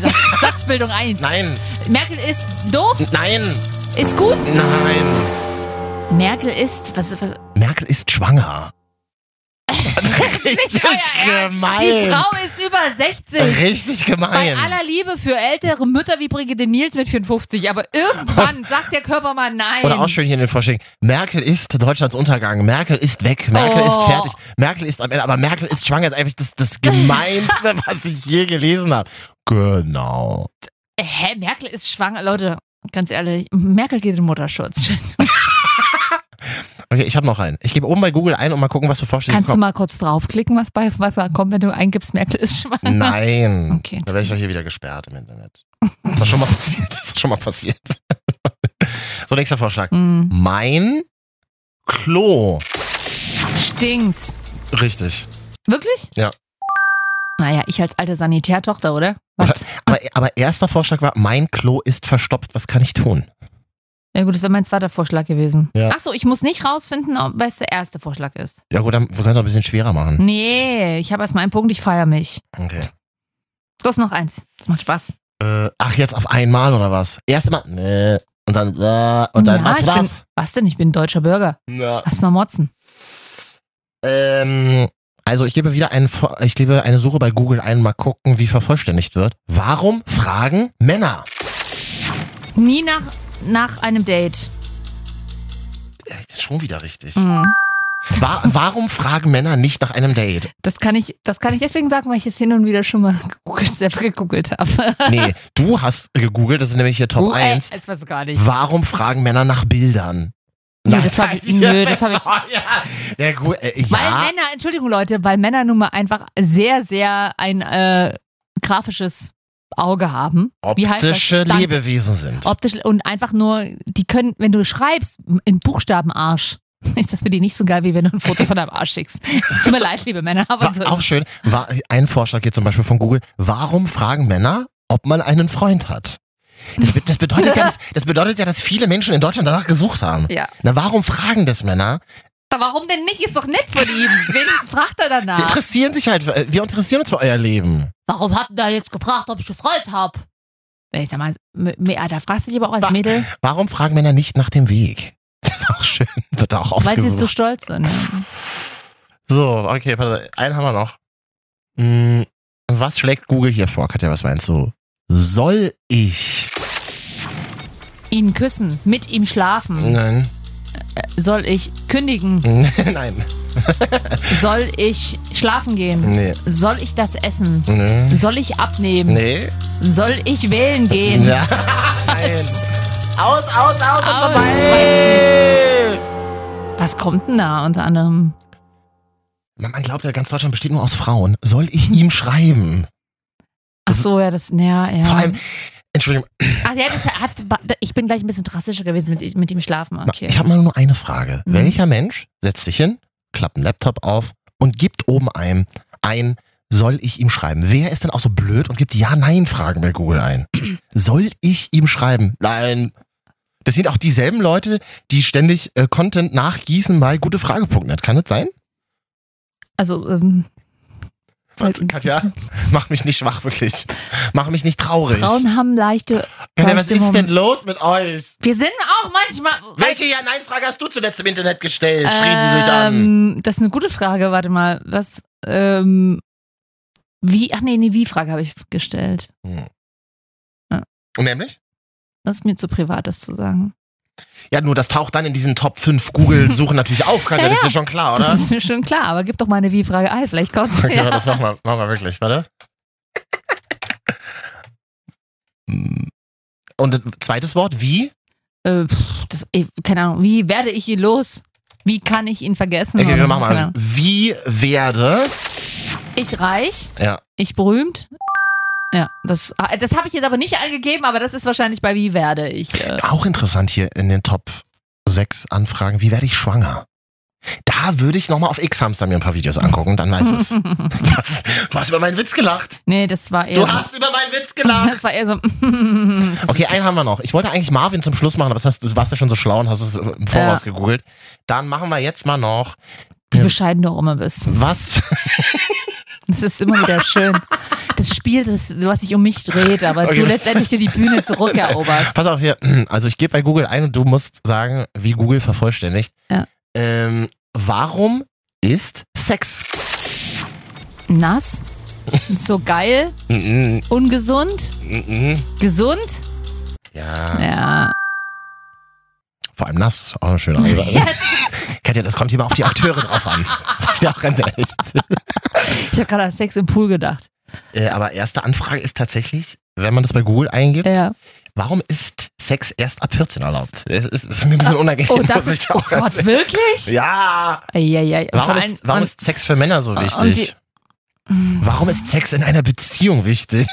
B: Satz- Satzbildung 1.
A: Nein.
B: Merkel ist doof,
A: Nein.
B: ist gut.
A: Nein.
B: Merkel ist, was, was
A: Merkel ist schwanger.
B: nicht euer Ernst. die Frau ist über 60.
A: Richtig
B: Bei
A: gemein.
B: aller Liebe für ältere Mütter wie Brigitte Niels mit 54, aber irgendwann sagt der Körper mal nein.
A: Oder auch schön hier in den Vorschlägen. Merkel ist Deutschlands Untergang. Merkel ist weg. Merkel
B: Oh.
A: ist fertig. Merkel ist am Ende. Aber Merkel ist schwanger ist einfach das, das Gemeinste, was ich je gelesen habe. Genau.
B: Hä, Merkel ist schwanger. Leute, ganz ehrlich, Merkel geht in Mutterschutz.
A: Okay, ich habe noch einen. Ich gebe oben bei Google ein und mal gucken, was für Vorschläge
B: Kannst du
A: kommen.
B: mal kurz draufklicken, was bei was da kommt, wenn du eingibst, Merkel ist schwanger?
A: Nein.
B: Okay.
A: Da wäre ich doch hier wieder gesperrt im Internet. Das ist doch schon mal passiert. Das ist schon mal passiert. So, nächster Vorschlag.
B: Hm,
A: Mein Klo.
B: stinkt.
A: Richtig.
B: Wirklich?
A: Ja.
B: Naja, ich als alte Sanitärtochter, oder?
A: Oder-
B: Was?
A: Aber, aber erster Vorschlag war, mein Klo ist verstopft, was kann ich tun?
B: Ja gut, das wäre mein zweiter Vorschlag gewesen.
A: Ja.
B: Achso, ich muss nicht rausfinden, ob es der erste Vorschlag ist.
A: Ja gut, dann wir können es ein bisschen schwerer machen.
B: Nee, ich habe erstmal einen Punkt, ich feiere mich.
A: Okay.
B: Los, noch eins. Das macht Spaß.
A: Äh, ach, jetzt auf einmal oder was? Erst mal, nee. Und dann, äh, und dann,
B: ja,
A: was,
B: ich bin,
A: was?
B: was denn? Ich bin deutscher Bürger.
A: Ja.
B: Lass mal motzen.
A: Ähm, also ich gebe wieder einen, Vor- ich gebe eine Suche bei Google ein, mal gucken, wie vervollständigt wird. Warum fragen Männer?
B: Nie nach, nach einem Date.
A: Äh, Schon wieder richtig.
B: Mhm.
A: Wa warum fragen Männer nicht nach einem Date?
B: Das kann ich, das kann ich deswegen sagen, weil ich es hin und wieder schon mal gegoogelt, selbst gegoogelt habe.
A: Nee, du hast gegoogelt, das ist nämlich hier Top
B: Oh, ey,
A: 1.
B: Jetzt weiß ich gar nicht.
A: Warum fragen Männer nach Bildern?
B: Nö,
A: Nach-
B: das hab ich- nö, das hab ich-
A: Ja, ja, gut, äh, ja.
B: Weil Männer, Entschuldigung Leute, weil Männer nun mal einfach sehr, sehr ein äh, grafisches Auge haben. Wie heißt das?
A: optische
B: Danke.
A: Lebewesen sind.
B: Optisch und einfach nur, die können, wenn du schreibst, in Buchstabenarsch, Ist das für die nicht so geil, wie wenn du ein Foto von deinem Arsch schickst? Es tut mir leid, liebe Männer, aber
A: War
B: so
A: auch schön. War, ein Vorschlag hier zum Beispiel von Google. Warum fragen Männer, ob man einen Freund hat? Das, be das, bedeutet ja, dass, das bedeutet ja, dass viele Menschen in Deutschland danach gesucht haben.
B: Ja.
A: Na, warum fragen das Männer?
B: Aber warum denn nicht? Ist doch nett von ihm. Wenigstens fragt er
A: Die
B: danach.
A: interessieren sich halt, für- wir interessieren uns für euer Leben.
B: Warum hat denn der jetzt gefragt, ob ich gefreut habe? Ich sag mal, m- m- ah, da fragst du dich aber auch als
A: Wa-
B: Mädel,
A: Warum fragen Männer nicht nach dem Weg? Das ist auch schön. Wird auch oft
B: weil sie so
A: gesucht.
B: stolz sind. ja.
A: So, okay, warte, einen haben wir noch. Hm, was schlägt Google hier vor? Katja, was meinst du? Soll ich?
B: Ihn küssen, mit ihm schlafen.
A: Nein.
B: Soll ich kündigen?
A: Nein.
B: Soll ich schlafen gehen?
A: Nee.
B: Soll ich das essen?
A: Nee.
B: Soll ich abnehmen?
A: Nee.
B: Soll ich wählen gehen?
A: Ja. Nein. Aus, aus, aus und
B: Aus.
A: vorbei!
B: Was kommt denn da unter anderem?
A: Man man glaubt ja, ganz Deutschland besteht nur aus Frauen. Soll ich ihm schreiben?
B: Ach so, ja, das, ja, ja.
A: Vor allem, Entschuldigung,
B: Ach ja, das hat, ich bin gleich ein bisschen drastischer gewesen mit, mit dem Schlafen. Okay.
A: ich habe mal nur eine Frage.
B: Mhm.
A: Welcher Mensch setzt sich hin, klappt einen Laptop auf und gibt oben ein, ein soll ich ihm schreiben? Wer ist denn auch so blöd und gibt Ja-Nein-Fragen bei Google ein? soll ich ihm schreiben? Nein. Das sind auch dieselben Leute, die ständig äh, Content nachgießen bei gutefrage.net. Kann das sein?
B: Also, ähm,
A: Warte, Katja, mach mich nicht schwach, wirklich. Mach mich nicht traurig.
B: Frauen haben leichte.
A: Katja, was
B: leichte
A: ist denn
B: Momente.
A: los mit euch?
B: Wir sind auch manchmal.
A: Welche Ja-Nein-Frage hast du zuletzt im Internet gestellt?
B: Ähm,
A: Schrien sie sich an.
B: Das ist eine gute Frage. Warte mal. Was? Ähm, wie? Ach nee, eine Wie-Frage habe ich gestellt.
A: Hm. Und nämlich?
B: Das ist mir zu privat, das zu sagen.
A: Ja, nur das taucht dann in diesen Top 5 Google-Suchen natürlich auf, Katja.
B: Ja,
A: Das ist
B: ja.
A: ja schon klar, oder?
B: Das ist mir schon klar, aber gib doch mal eine Wie-Frage ein. Vielleicht kommt's
A: Okay,
B: ja.
A: warte, das machen wir, machen wir wirklich, warte. Und das zweites Wort, wie?
B: Äh, pff, das, eh, keine Ahnung. Wie werde ich ihn los? Wie kann ich ihn vergessen?
A: Okay,
B: Oder-
A: wir machen
B: keine
A: mal.
B: Ahnung.
A: Wie werde?
B: Ich reich.
A: Ja.
B: Ich berühmt. Ja, das, ah, das habe ich jetzt aber nicht angegeben, aber das ist wahrscheinlich bei Wie werde ich. Äh,
A: Auch interessant hier in den Top 6 Anfragen, wie werde ich schwanger? Da würde ich nochmal auf X-Hamster mir ein paar Videos angucken, dann weiß es. du hast über meinen Witz gelacht.
B: nee, das war
A: Du
B: eher so,
A: hast über meinen Witz gelacht.
B: Das war eher so. das
A: Okay,
B: ist-
A: einen haben wir noch. Ich wollte eigentlich Marvin zum Schluss machen, aber das hast, du warst ja schon so schlau und hast es im Voraus gegoogelt. Dann machen wir jetzt mal noch,
B: wie bescheiden du auch immer bist.
A: was,
B: Das ist immer wieder schön. Das Spiel, das, was sich um mich dreht, aber
A: Okay.
B: du letztendlich dir die Bühne zurückeroberst.
A: pass auf hier, also ich gebe bei Google ein und du musst sagen, wie Google vervollständigt.
B: Ja.
A: Ähm, warum ist Sex?
B: Nass, so geil,
A: Mhm,
B: ungesund,
A: mhm.
B: gesund.
A: Ja.
B: Ja.
A: Vor allem nass ist auch eine schöne Antwort. Katja, das kommt hier mal auf die Akteure drauf an. Sag ich dir auch ganz ehrlich.
B: Ich habe gerade an Sex im Pool gedacht.
A: Äh, aber erste Anfrage ist tatsächlich, wenn man das bei Google eingibt,
B: Ja.
A: warum ist Sex erst ab 14 erlaubt? Es ist, ist mir ein bisschen unangenehm.
B: Oh, das
A: muss ich
B: ist.
A: dir
B: Oh
A: auch ganz
B: Gott, wirklich?
A: Ja!
B: Ja, ja, ja.
A: Warum, ist, warum ist Sex für Männer so
B: und
A: wichtig? Warum ist Sex in einer Beziehung wichtig?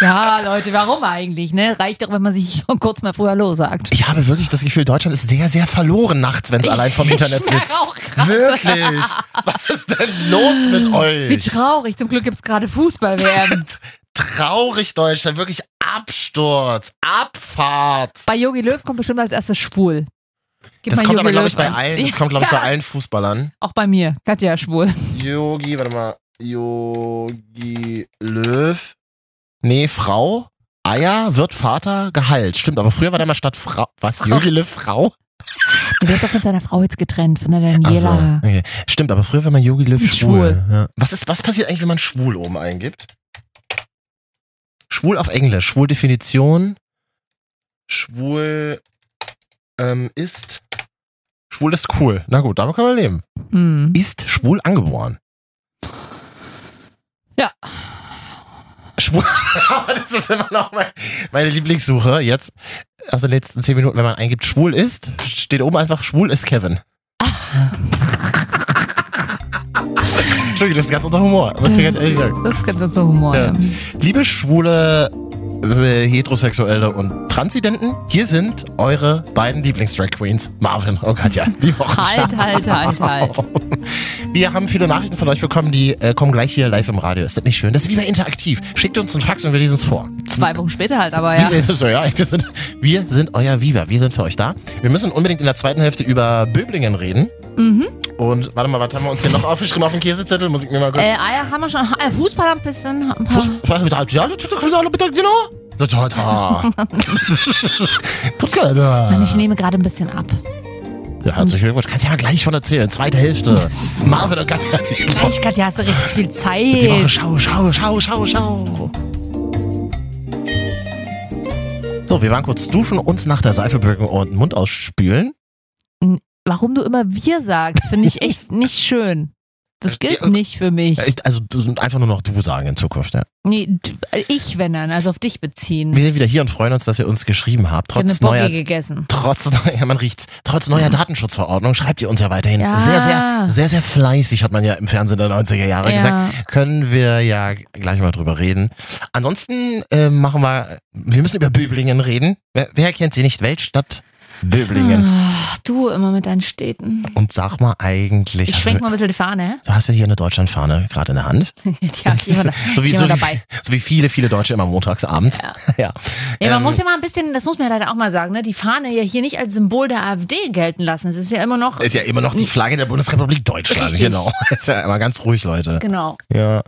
B: Ja, Leute, warum eigentlich? Ne? Reicht doch, wenn man sich schon kurz mal früher los sagt.
A: Ich habe wirklich das Gefühl, Deutschland ist sehr, sehr verloren nachts, wenn es allein vom Internet
B: merk
A: sitzt.
B: auch gerade.
A: Wirklich! Was ist denn los mit
B: Wie
A: euch?
B: traurig. Zum Glück gibt es gerade Fußball-WM.
A: Traurig, Deutschland. Wirklich Absturz. Abfahrt.
B: bei Yogi Löw kommt bestimmt als erstes schwul. Gib
A: Das
B: mal
A: kommt
B: Jogi
A: aber, glaube
B: Löw
A: ich, bei
B: an.
A: allen. Das kommt, glaube ich,
B: Ja,
A: bei allen Fußballern.
B: Auch bei mir. Katja schwul.
A: Yogi, warte mal. Yogi Löw. Nee, Frau. Eier wird Vater geheilt. Stimmt, aber früher war der mal statt Frau. Was? Yogi Löw Frau?
B: Du bist doch von seiner Frau jetzt getrennt, von der Daniela. Hm,
A: okay. Stimmt, aber früher war man Yogi Löw schwul.
B: Schwul.
A: Ja. Was, ist, was passiert eigentlich, wenn man schwul oben eingibt? Schwul auf Englisch. Schwul Definition. Schwul ähm, ist. Schwul ist cool. Na gut, damit können wir leben.
B: Hm.
A: Ist schwul angeboren?
B: Ja.
A: Schwul. das ist immer noch mein, meine Lieblingssuche jetzt. Aus den letzten zehn Minuten, wenn man eingibt, schwul ist, steht oben einfach, schwul ist Kevin. Entschuldigung, das ist ganz unser Humor. Muss ich ganz ehrlich sagen.
B: Das ist ganz unser Humor.
A: Ja.
B: Ja.
A: Liebe schwule äh, Heterosexuelle und Transidenten. Hier sind eure beiden Lieblings-Drag Queens, Marvin und Katja. Die Woche.
B: Halt, halt, halt, halt.
A: Wir haben viele Nachrichten von euch bekommen, die äh, kommen gleich hier live im Radio. Ist das nicht schön? Das ist wie bei interaktiv. Schickt uns einen Fax und wir lesen es vor.
B: Zwei Wochen später halt, aber
A: Wir,
B: ja.
A: sind, so, ja, wir, sind, wir sind euer Viva. Wir sind für euch da. Wir müssen unbedingt in der zweiten Hälfte über Böblingen reden.
B: Mhm.
A: Und warte mal, was haben wir uns hier noch aufgeschrieben auf den Käsezettel? Muss ich mir mal kurz.
B: Äh, Eier haben wir schon. Äh, Fußball haben wir ein bisschen. Ein paar.
A: Was? Was? Mit Halbjahr? Alle bitte, genau. Total.
B: Mann,
A: Total.
B: ich nehme gerade ein bisschen ab.
A: Ja, herzlichen Glückwunsch. Kannst ja mal gleich von erzählen. Zweite Hälfte. Marvin und Katja. Die Woche,
B: Gleich, Katja, hast du richtig viel Zeit.
A: die Woche. Schau, schau, schau, schau, schau. So, wir waren kurz duschen, uns nach der Seife bücken und den Mund ausspülen.
B: Warum du immer wir sagst, finde ich echt nicht schön. Das gilt
A: Ja.
B: nicht für mich.
A: Ja, ich- Also du- einfach nur noch du sagen in Zukunft. Ja.
B: Nee, du- ich, wenn dann, also auf dich beziehen.
A: Wir sind wieder hier und freuen uns, dass ihr uns geschrieben habt.
B: ich habe eine
A: Trotz
B: Bocke
A: neuer,
B: gegessen.
A: trotz neuer, man riecht's, trotz neuer Datenschutzverordnung schreibt ihr uns ja weiterhin.
B: Mhm. Ja.
A: Sehr, sehr, sehr, sehr fleißig, hat man ja im Fernsehen der 90er Jahre gesagt.
B: Ja.
A: Können wir ja gleich mal drüber reden. Ansonsten äh, machen wir, wir müssen über Böblingen reden. Wer, wer kennt sie nicht? Weltstadt Böblingen.
B: Ach, Ah, du immer mit deinen Städten.
A: Und sag mal eigentlich,
B: Ah. Ich
A: hast
B: schwenk
A: du,
B: mal ein bisschen die Fahne.
A: du hast ja hier eine Deutschlandfahne gerade in der Hand.
B: die hab ich immer, da-
A: so, wie,
B: die
A: so,
B: immer
A: wie,
B: dabei.
A: so wie viele, viele Deutsche immer montags abends.
B: Ja.
A: ja.
B: Ja, man
A: Ähm,
B: muss ja mal ein bisschen, das muss man ja leider auch mal sagen, ne? die Fahne ja hier nicht als Symbol der AfD gelten lassen. Es ist ja immer noch.
A: Ähm, Ist ja immer noch die Flagge der Bundesrepublik Deutschland,
B: Richtig.
A: genau. Ist ja immer ganz ruhig, Leute.
B: Genau.
A: Ja.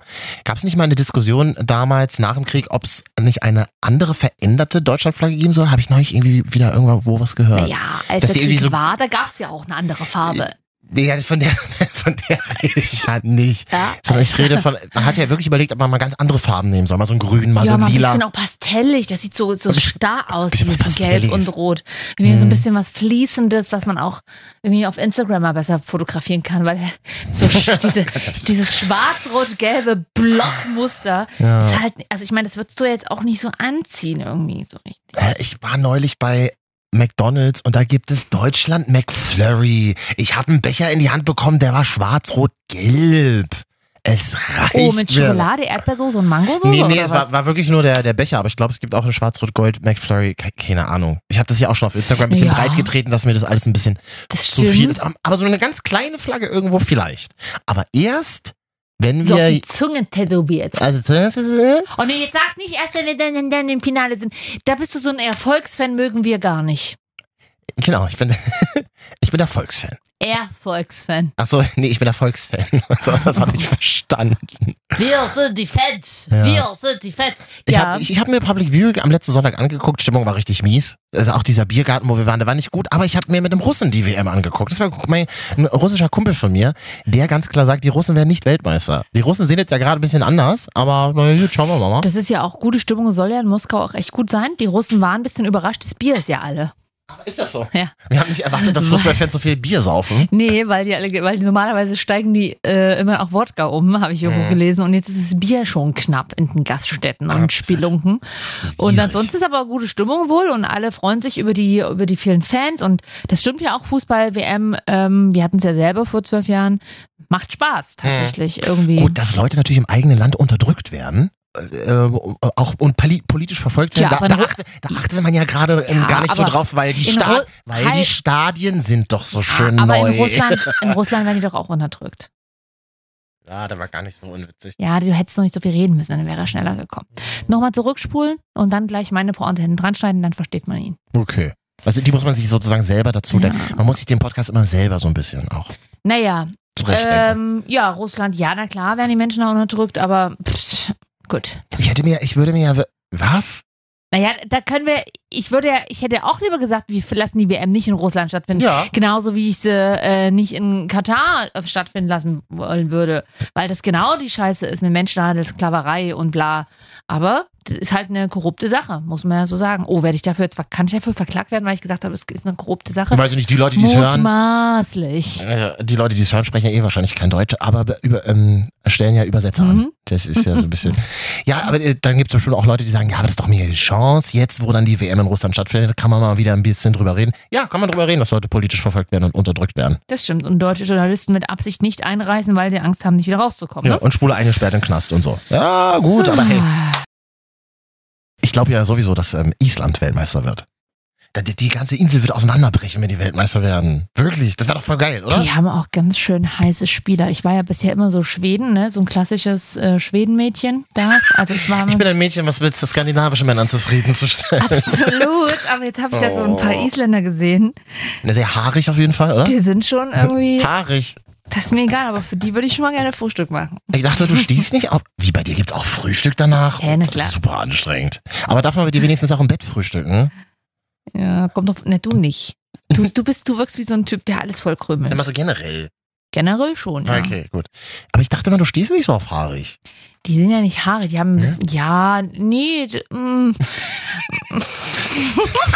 A: Gab es nicht mal eine Diskussion damals nach dem Krieg, ob es nicht eine andere veränderte Deutschlandflagge geben soll? Habe ich neulich irgendwie wieder irgendwo was gehört.
B: Naja,
A: Dass
B: als der
A: die irgendwie
B: Krieg
A: so- Äh,
B: war, da gab es ja auch eine andere Farbe.
A: Ja, von der, von der rede ich ja nicht.
B: Ja.
A: Sondern ich rede von, man hat ja wirklich überlegt, ob man mal ganz andere Farben nehmen soll. Mal so ein Grün, mal
B: ja,
A: so ein
B: mal ein
A: Lila.
B: bisschen auch pastellig. Das sieht so, so
A: Ein bisschen-
B: starr aus,
A: bisschen Mhm. was
B: dieses Gelb
A: Pastelliges.
B: und Rot. Irgendwie so ein bisschen was Fließendes, was man auch irgendwie auf Instagram mal besser fotografieren kann, weil so sch- diese, dieses schwarz-rot-gelbe Blockmuster
A: Ja.
B: ist halt, also ich meine, das würdest du jetzt auch nicht so anziehen irgendwie. So richtig.
A: Äh, Ich war neulich bei McDonalds und da gibt es Deutschland McFlurry. Ich habe einen Becher in die Hand bekommen, der war schwarz-rot-gelb. Es reicht.
B: Oh, mit
A: mir.
B: Schokolade, Erdbeersoße und Mangosoße
A: Nee, nee,
B: oder
A: es
B: was?
A: war, war wirklich nur der, der Becher, aber ich glaube, es gibt auch eine Schwarz-Rot-Gold McFlurry, ke- keine Ahnung. Ich habe das ja auch schon auf Instagram ein bisschen
B: Ja.
A: breit getreten, dass mir das alles ein bisschen
B: das
A: zu viel ist. Aber- Aber so eine ganz kleine Flagge irgendwo vielleicht. Aber erst, wenn
B: So auf die
A: wir.
B: Zunge tätowiert.
A: Also,
B: Oh nee, jetzt sag nicht erst, wenn wir dann, dann, dann im Finale sind. Da bist du so ein Erfolgsfan, mögen wir gar nicht.
A: genau, ich bin, ich bin Erfolgsfan.
B: Erfolgsfan.
A: Achso, nee, ich bin Erfolgsfan. Also, das habe ich verstanden.
B: Wir sind die Fans.
A: Ja.
B: Wir sind die Fans.
A: Ich
B: Ja.
A: habe ich, ich hab mir Public View am letzten Sonntag angeguckt. Stimmung war richtig mies. Also auch dieser Biergarten, wo wir waren, der war nicht gut. Aber ich habe mir mit einem Russen die WM angeguckt. Das war mein, ein russischer Kumpel von mir, der ganz klar sagt, die Russen werden nicht Weltmeister. Die Russen sehen das ja gerade ein bisschen anders, aber na gut, schauen wir mal.
B: das ist ja auch gute Stimmung, soll ja in Moskau auch echt gut sein. Die Russen waren ein bisschen überrascht, das Bier ist ja alle.
A: Ist das so?
B: Ja.
A: Wir haben nicht erwartet, dass Fußballfans so viel Bier saufen.
B: Nee, weil die alle, weil normalerweise steigen die äh, immer auch Wodka um, habe ich irgendwo
A: Mhm.
B: gelesen. Und jetzt ist das Bier schon knapp in den Gaststätten und
A: Absolut.
B: Spielunken. Und
A: Schwierig.
B: ansonsten ist aber gute Stimmung wohl und alle freuen sich über die, über die vielen Fans. Und das stimmt ja auch, Fußball-WM, ähm, wir hatten es ja selber vor zwölf Jahren, macht Spaß tatsächlich irgendwie.
A: Mhm. Gut, dass Leute natürlich im eigenen Land unterdrückt werden. Äh, auch und poli- politisch verfolgt werden. da,
B: Ja, aber
A: da,
B: in Ru-
A: achte, da achtet man ja gerade ähm,
B: Ja,
A: gar nicht so
B: aber
A: drauf, weil die,
B: in
A: Sta
B: Ru-
A: weil die
B: halt-
A: Stadien sind doch so schön
B: aber
A: neu.
B: In, Russland, in Russland werden die doch auch unterdrückt.
A: Ja, der war gar nicht so unwitzig.
B: Ja, du hättest noch nicht so viel reden müssen, dann wäre er schneller gekommen. Nochmal zurückspulen und dann gleich meine Pointe hinten dran schneiden, dann versteht man ihn.
A: Okay. Also die muss man sich sozusagen selber dazu denken. Man muss sich den Podcast immer selber so ein bisschen auch
B: Naja,
A: zurechtdenken.
B: Ähm, ja, Russland, ja, na klar werden die Menschen da unterdrückt, aber pff, gut.
A: ich hätte mir, ich würde mir ja. w- Was?
B: Naja, da können wir, ich würde ja, ich hätte ja auch lieber gesagt, wir lassen die WM nicht in Russland stattfinden.
A: Ja.
B: Genauso wie ich sie äh, nicht in Katar äh, stattfinden lassen wollen würde, weil das genau die Scheiße ist mit Menschenhandel, Sklaverei und bla. Aber das ist halt eine korrupte Sache, muss man ja so sagen. Oh, werde ich dafür jetzt, ver- kann ich dafür verklagt werden, weil ich gesagt habe, es ist eine korrupte Sache?
A: Weiß ich nicht, die Leute, die es hören.
B: Mutmaßlich.
A: äh, Die Leute, die es hören, sprechen ja eh wahrscheinlich kein Deutsch, aber be- über, ähm, stellen ja Übersetzer an.
B: Mhm.
A: Das ist ja so ein bisschen. Ja, aber äh, dann gibt es bestimmt auch Leute, die sagen, ja, aber das ist doch mir die Chance, jetzt, wo dann die WM in Russland stattfindet, kann man mal wieder ein bisschen drüber reden. Ja, kann man drüber reden, dass Leute politisch verfolgt werden und unterdrückt werden.
B: Das stimmt. Und deutsche Journalisten mit Absicht nicht einreisen, weil sie Angst haben, nicht wieder rauszukommen.
A: Ja,
B: Ne? Ah,
A: und Schwule eingesperrt in den Knast und so. Ja, gut, aber hey. Ich glaube ja sowieso, dass ähm, Island Weltmeister wird. Da- Die, die ganze Insel wird auseinanderbrechen, wenn die Weltmeister werden. Wirklich, das wäre doch voll geil, oder?
B: Die haben auch ganz schön heiße Spieler. Ich war ja bisher immer so Schweden, ne? so ein klassisches äh, Schwedenmädchen da. Also ich war
A: Ich bin ein Mädchen, was mit skandinavischen Männern zufriedenzustellen.
B: absolut, aber jetzt habe ich da so ein paar
A: Oh.
B: Isländer gesehen.
A: Na, Sehr haarig auf jeden Fall, oder?
B: Die sind schon irgendwie,
A: Haarig.
B: das ist mir egal, aber für die würde ich schon mal gerne Frühstück machen.
A: Ich dachte, du stehst nicht auf. Wie bei dir gibt's auch Frühstück danach? Oh,
B: Ja, na
A: Das
B: klar.
A: ist super anstrengend. Aber darf man bei dir wenigstens auch im Bett frühstücken?
B: Ja, kommt drauf, ne, du nicht. Du, du bist, du wirkst wie so ein Typ, der alles voll krümelt.
A: Immer so generell.
B: Generell schon, ja.
A: Okay, gut. Aber ich dachte mal, du stehst nicht so auf haarig.
B: Die sind ja nicht Haare, die haben ein bisschen, ja, nee, d- mm,
A: Das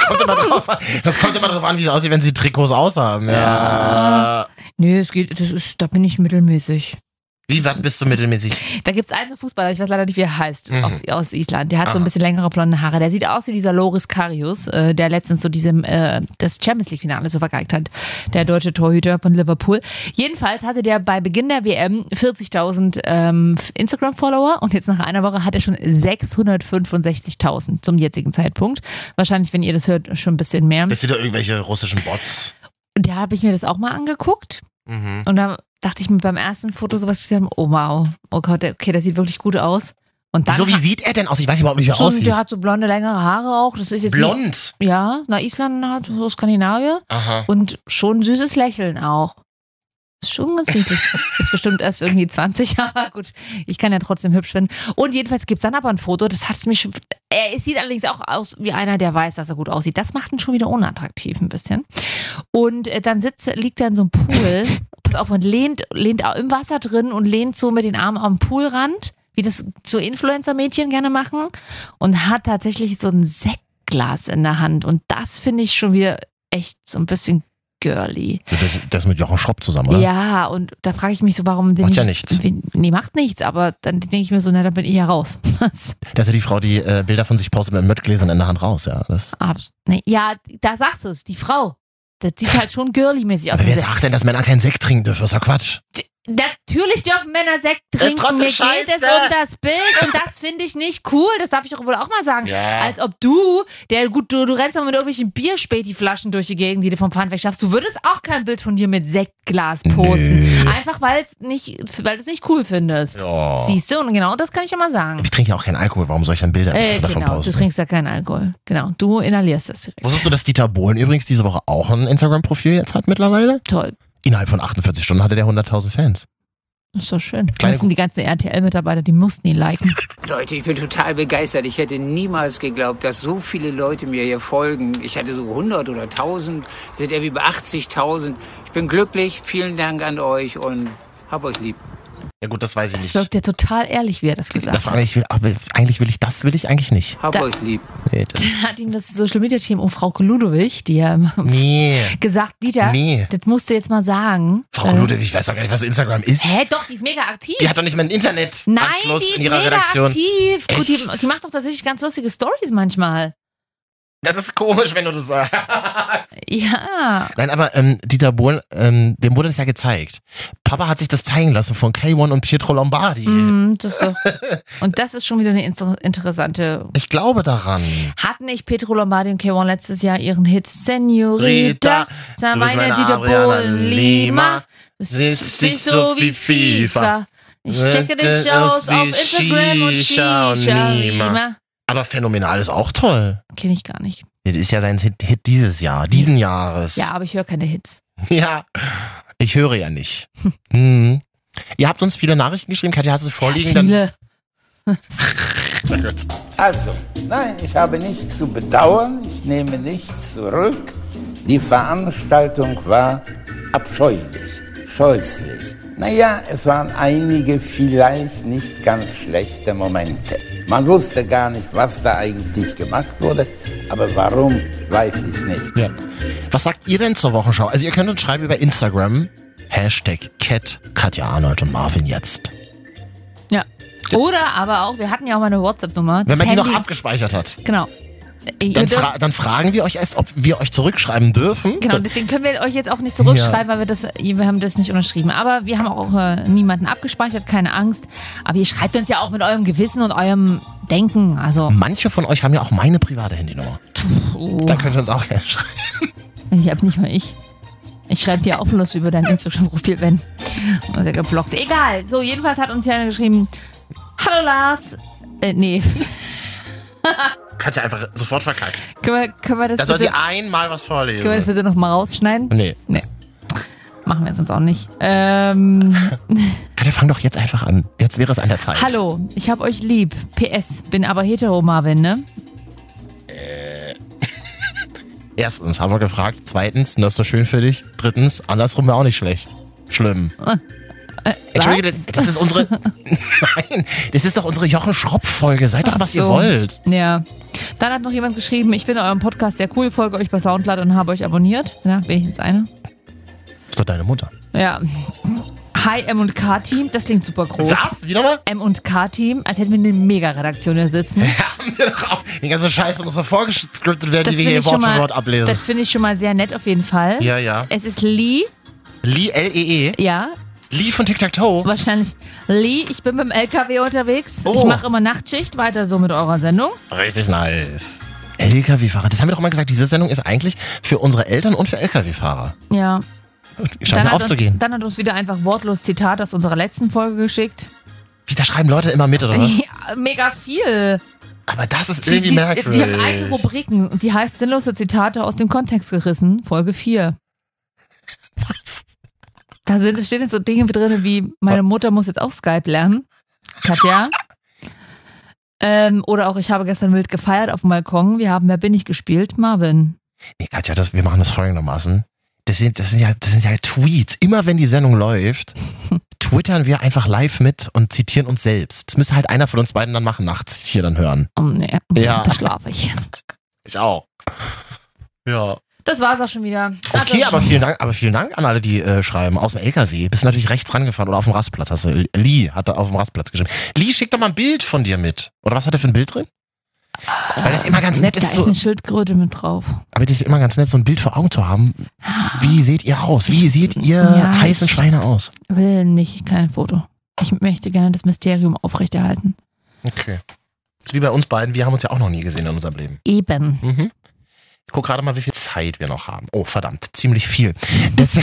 A: kommt immer drauf an, das kommt immer drauf an wie es aussieht, wenn sie Trikots aushaben. Ja.
B: nee, es geht, das ist, da bin ich mittelmäßig.
A: Wie weit bist du mittelmäßig?
B: Da gibt's einen Fußballer, ich weiß leider nicht, wie er heißt,
A: Mhm.
B: auf, aus Island. Der hat so
A: Aha.
B: ein bisschen längere blonde Haare. Der sieht aus wie dieser Loris Karius, äh, der letztens so diesem äh, das Champions League Finale so vergeigt hat.
A: Mhm.
B: Der deutsche Torhüter von Liverpool. Jedenfalls hatte der bei Beginn der WM 40.000 ähm, Instagram-Follower und jetzt nach einer Woche hat er schon 665.000 zum jetzigen Zeitpunkt. Wahrscheinlich, wenn ihr das hört, schon ein bisschen mehr.
A: Das sind doch irgendwelche russischen Bots.
B: Und da habe ich mir das auch mal angeguckt.
A: Mhm.
B: Und da dachte ich mir beim ersten Foto sowas gesagt, oh wow, oh Gott, der- okay, das sieht wirklich gut aus. Und dann
A: So wie sieht er denn aus? Ich weiß überhaupt nicht, wie er
B: so, ein-
A: aussieht.
B: der hat so blonde, längere Haare auch. Das ist jetzt Nicht,
A: Blond.
B: ja, na Island hat so Skandinavier
A: Aha.
B: und schon ein süßes Lächeln auch. Ist schon ganz niedlich. Ist bestimmt erst irgendwie 20, aber gut, ich kann ja trotzdem hübsch werden. Und jedenfalls gibt es dann aber ein Foto, das hat es mich schon. Er sieht allerdings auch aus wie einer, der weiß, dass er gut aussieht. Das macht ihn schon wieder unattraktiv ein bisschen. Und äh, dann sitzt, liegt er in so einem Pool, pass auf, und lehnt, lehnt au- im Wasser drin und lehnt so mit den Armen am Poolrand, wie das so Influencer-Mädchen gerne machen, und hat tatsächlich so ein Sektglas in der Hand. Und das finde ich schon wieder echt so ein bisschen girly.
A: So, Das, das mit Jochen Schropp zusammen, oder?
B: Ja, und da frage ich mich so, warum den
A: Macht ja nichts.
B: Wen, nee, macht nichts, aber dann denke ich mir so, na, dann bin ich ja raus. Was?
A: Das ist ja die Frau, die äh, Bilder von sich postet mit Möttgläsern in der Hand raus, ja. Das.
B: Abs- nee, ja, da sagst du es, die Frau. Das sieht halt schon girly-mäßig aus.
A: Aber wer
B: Diese-
A: sagt denn, dass Männer keinen Sekt trinken dürfen? Das ist doch Quatsch.
B: Natürlich dürfen Männer Sekt trinken.
A: trotzdem
B: Mir
A: scheiße.
B: geht es um das Bild und das finde ich nicht cool. Das darf ich doch wohl auch mal sagen. Als ob du, der gut, du, du rennst mal mit irgendwelchen Bierspäti-Flaschen durch die Gegend, die du vom Pfand wegschaffst. Du würdest auch kein Bild von dir mit Sektglas posten.
A: Nö.
B: Einfach weil es nicht, weil du es nicht cool findest.
A: Ja.
B: Siehst du, und genau das kann ich ja mal sagen.
A: Ich trinke ja auch keinen Alkohol, warum soll ich dann Bilder
B: Äh,
A: davon
B: genau, du
A: posten?
B: trinkst ja keinen Alkohol. Genau, du inhalierst das direkt.
A: Wusstest du, dass Dieter Bohlen übrigens diese Woche auch ein Instagram-Profil jetzt hat mittlerweile?
B: Toll,
A: Innerhalb von 48 Stunden hatte der 100.000 Fans.
B: ist doch schön.
A: Kleine-
B: das sind die ganzen RTL-Mitarbeiter, die mussten ihn liken.
H: Leute, ich bin total begeistert. Ich hätte niemals geglaubt, dass so viele Leute mir hier folgen. Ich hatte so 100 oder 1000, sind irgendwie bei 80.000. Ich bin glücklich. Vielen Dank an euch und hab euch lieb.
A: Ja gut, das weiß ich
B: Das wirkt ja total ehrlich, wie er das
A: Da
B: gesagt
A: frage
B: hat.
A: ich, will, aber eigentlich will ich das, will ich eigentlich nicht.
H: Hab
B: Da-
H: euch lieb.
A: Nee, das,
B: Hat ihm das Social Media Team um Frau Ludewig, die ja immer
A: nee.
B: gesagt, Dieter,
A: Nee.
B: das musst du jetzt mal sagen.
A: Frau
B: Äh,
A: Ludewig, ich weiß doch gar nicht, was Instagram ist.
B: Hä, doch, die ist mega aktiv.
A: Die hat doch nicht mal einen
B: Nein,
A: Internetanschluss
B: die ist
A: in ihrer
B: mega
A: Redaktion.
B: aktiv. Gut, die,
A: Echt?
B: die macht doch tatsächlich ganz lustige Stories manchmal.
A: Das ist komisch, wenn du das sagst.
B: Ja.
A: Nein, aber ähm, Dieter Bohlen, ähm, dem wurde das ja gezeigt. Papa hat sich das zeigen lassen von K1 und Pietro Lombardi.
B: Mhm, das ist doch. Und das ist schon wieder eine inter- interessante
A: Ich glaube daran.
B: Hatten nicht Petro Lombardi und K1 letztes Jahr ihren Hit Senorita?
A: Rita, du bist meine
B: Dieter
A: Adriana
B: Bohlen,
A: Lima.
B: Du
A: Sitzt
B: siehst
A: dich
B: dich so wie FIFA. Ich checke dich aus auf
A: Wie
B: Instagram und
A: Shisha
B: Shisha
A: und Lima.
B: Lima.
A: Aber phänomenal ist auch toll.
B: Kenne ich gar nicht.
A: Das ist ja sein Hit, Hit dieses Jahr, diesen Jahres.
B: Ja, aber ich höre keine Hits.
A: Ja. Ich höre ja nicht. Hm. Ihr habt uns viele Nachrichten geschrieben, Katja, hast du vorliegen? Dann,
B: Viele.
I: Also, nein, ich habe nichts zu bedauern, ich nehme nichts zurück. Die Veranstaltung war abscheulich, scheußlich. Naja, es waren einige vielleicht nicht ganz schlechte Momente. Man wusste gar nicht, was da eigentlich gemacht wurde, aber warum, weiß ich nicht.
A: ja. Was sagt ihr denn zur Wochenschau? Also ihr könnt uns schreiben über Instagram. Hashtag Cat, Katja Arnold und Marvin jetzt.
B: Ja. Oder aber auch, wir hatten ja auch mal eine WhatsApp-Nummer.
A: Wenn
B: Das
A: man die noch
B: Handy-
A: abgespeichert hat.
B: Genau. Ihr
A: Dann,
B: dürft-
A: fra dann fragen wir euch erst, ob wir euch zurückschreiben dürfen.
B: Genau, deswegen können wir euch jetzt auch nicht zurückschreiben, weil wir das, wir haben das nicht unterschrieben. Aber wir haben auch äh, niemanden abgespeichert, keine Angst. Aber ihr schreibt uns ja auch mit eurem Gewissen und eurem Denken. Also,
A: Manche von euch haben ja auch meine private Handynummer.
B: oh,
A: Da könnt ihr uns auch gerne schreiben.
B: ich hab's nicht mal ich. Ich schreibe dir auch bloß über dein Instagram-Profil, wenn. Und er geblockt. Egal. So, jedenfalls hat uns ja geschrieben: Hallo Lars. Äh, nee.
A: Katja einfach sofort verkackt.
B: Können wir, können wir das,
A: Da soll sie
B: bitte,
A: einmal was
B: können wir das
A: vorlesen.
B: bitte nochmal rausschneiden?
A: Nee.
B: Nee. Machen wir sonst auch nicht. Ähm.
A: Katja, fang doch jetzt einfach an. Jetzt wäre es an der Zeit.
B: Hallo, ich hab euch lieb. PS, bin aber hetero, Marvin, ne?
A: Erstens haben wir gefragt. Zweitens, das ist doch schön für dich. Drittens, andersrum wäre auch nicht schlecht. Schlimm.
B: Ah. Äh,
A: Entschuldige, das, das ist unsere. Nein, das ist doch unsere Jochen Schropp-Folge. Seid doch,
B: Ach
A: was ihr
B: so.
A: wollt.
B: Ja. Dann hat noch jemand geschrieben, ich finde euren Podcast sehr cool, folge euch bei Soundcloud und habe euch abonniert. Na, wenigstens eine.
A: Ist doch deine Mutter.
B: Ja. Hi M und K-Team, das klingt super groß.
A: Wieder mal?
B: M und K-Team, als hätten wir eine Mega-Redaktion hier sitzen.
A: Haben wir doch auch. Die ganze Scheiße muss doch vorgescriptet werden, die wir
B: finde
A: hier
B: ich schon
A: Wort für
B: mal-
A: Wort ablesen.
B: Das finde ich schon mal sehr nett auf jeden Fall.
A: Ja, ja.
B: Es ist Lee,
A: Lee, L-E-E.
B: ja,
A: Lee von Tic-Tac-Toe.
B: wahrscheinlich Lee. Ich bin mit dem LKW unterwegs. Ich
A: Oh.
B: mache immer Nachtschicht, weiter so mit eurer Sendung.
A: Richtig nice. LKW-Fahrer. Das haben wir doch mal gesagt. Diese Sendung ist eigentlich für unsere Eltern und für LKW-Fahrer.
B: Ja,
A: Scheint mir
B: hat Uns,
A: aufzugehen.
B: dann hat uns wieder einfach wortlos Zitat aus unserer letzten Folge geschickt.
A: Wie, da schreiben Leute immer mit, oder was?
B: Ja, mega viel.
A: Aber das ist
B: Die,
A: irgendwie
B: die, die hat eigene
A: merkwürdig.
B: Rubriken und die heißt sinnlose Zitate aus dem Kontext gerissen, Folge 4. Da sind, stehen jetzt so Dinge drin wie, meine Mutter muss jetzt auch Skype lernen. Katja. Ähm, oder auch, ich habe gestern wild gefeiert auf dem Balkon. Wir haben Wer bin ich gespielt? Marvin.
A: Nee, Katja, das, wir machen das folgendermaßen. Das sind, das, sind ja, das sind ja Tweets. Immer wenn die Sendung läuft, twittern wir einfach live mit und zitieren uns selbst. Das müsste halt einer von uns beiden dann machen, nachts hier dann hören.
B: Oh, nee,
A: Ja.
B: da schlafe ich.
A: Ich auch. Ja.
B: Das war's auch schon wieder. Also-
A: Okay, aber vielen Dank, aber vielen Dank an alle, die äh, schreiben. Aus dem LKW. Bist natürlich rechts rangefahren oder auf dem Rastplatz. Hast du, Lee hat da auf dem Rastplatz geschrieben. Lee, schick doch mal ein Bild von dir mit. Oder was hat er für ein Bild drin? Weil das immer ganz nett
B: Da
A: ist,
B: ist
A: so,
B: eine Schildkröte mit drauf.
A: aber das ist immer ganz nett, so ein Bild vor Augen zu haben.
B: Ah.
A: Wie seht ihr aus? Wie seht ihr
B: Ja,
A: heißen
B: ich-
A: Schweine aus?
B: Will nicht, kein Foto. Ich möchte gerne das Mysterium aufrechterhalten.
A: Okay. Ist wie bei uns beiden, wir haben uns ja auch noch nie gesehen in unserem Leben.
B: Eben.
A: Mhm. Ich gucke gerade mal, wie viel Zeit wir noch haben. Oh, verdammt, ziemlich viel. Des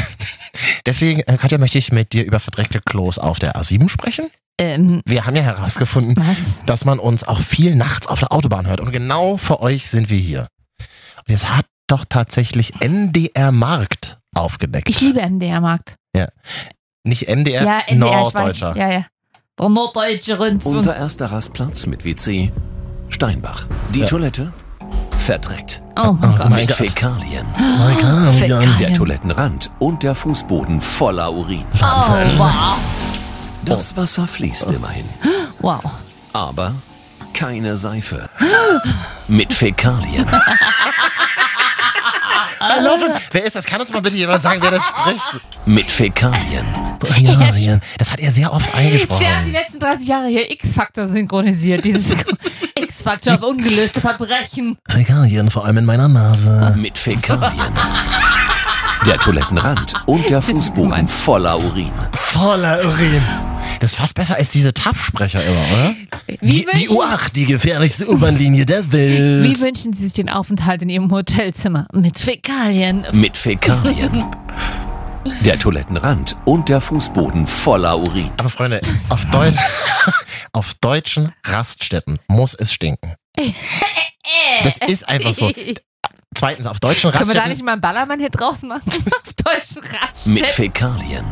A: Deswegen, äh, Katja, möchte ich mit dir über verdreckte Klos auf der A7 sprechen.
B: Ähm,
A: Wir haben ja herausgefunden,
B: was?
A: dass man uns auch viel nachts auf der Autobahn hört. Und genau für euch sind wir hier. Und jetzt hat doch tatsächlich NDR Markt aufgedeckt.
B: Ich liebe MDR-Markt.
A: Nicht NDR,
B: Ja, MDR, ich weiß.
A: Norddeutscher.
B: Ja, ja. Der norddeutsche Rundfunk.
J: Unser erster Rastplatz mit WC Steinbach. Die Toilette verdreckt.
B: oh mein Gott. Oh
A: mein
J: mit
A: Gott.
J: Fäkalien.
A: Mein Gott, Jan.
J: Der
B: Ja.
J: Toilettenrand und der Fußboden voller Urin.
B: Oh, wow.
J: Das Wasser fließt immerhin.
B: Wow.
J: Aber keine Seife. Mit Fäkalien.
A: I love
B: Oh.
A: it. Wer ist das? Kann uns mal bitte jemand sagen, wer das spricht?
J: Mit Fäkalien.
A: Ja, Jan. das hat er sehr oft
B: Wir haben die
A: eingesprochen.
B: letzten 30 Jahre hier X-Factor synchronisiert. Dieses X-Factor auf ungelöste Verbrechen.
A: Fäkalien, vor allem in meiner Nase.
J: Mit Fäkalien. Der Toilettenrand und der Fußboden voller Urin.
A: Voller Urin. Das ist fast besser als diese TAF-Sprecher immer, oder? Die,
B: wünschen-
A: die U8, die gefährlichste U-Bahn-Linie der
B: Wie
A: Welt.
B: wünschen Sie sich den Aufenthalt in Ihrem Hotelzimmer? Mit Fäkalien.
J: Mit Fäkalien. Der Toilettenrand und der Fußboden voller Urin.
A: Aber Freunde, auf, Deutsch, auf deutschen Raststätten muss es stinken. Das ist einfach so. Zweitens, auf deutschen
B: Können wir da nicht
A: Raststätten.
B: mal einen Ballermann hier draus machen? auf deutschen Raststätten.
J: Mit Fäkalien.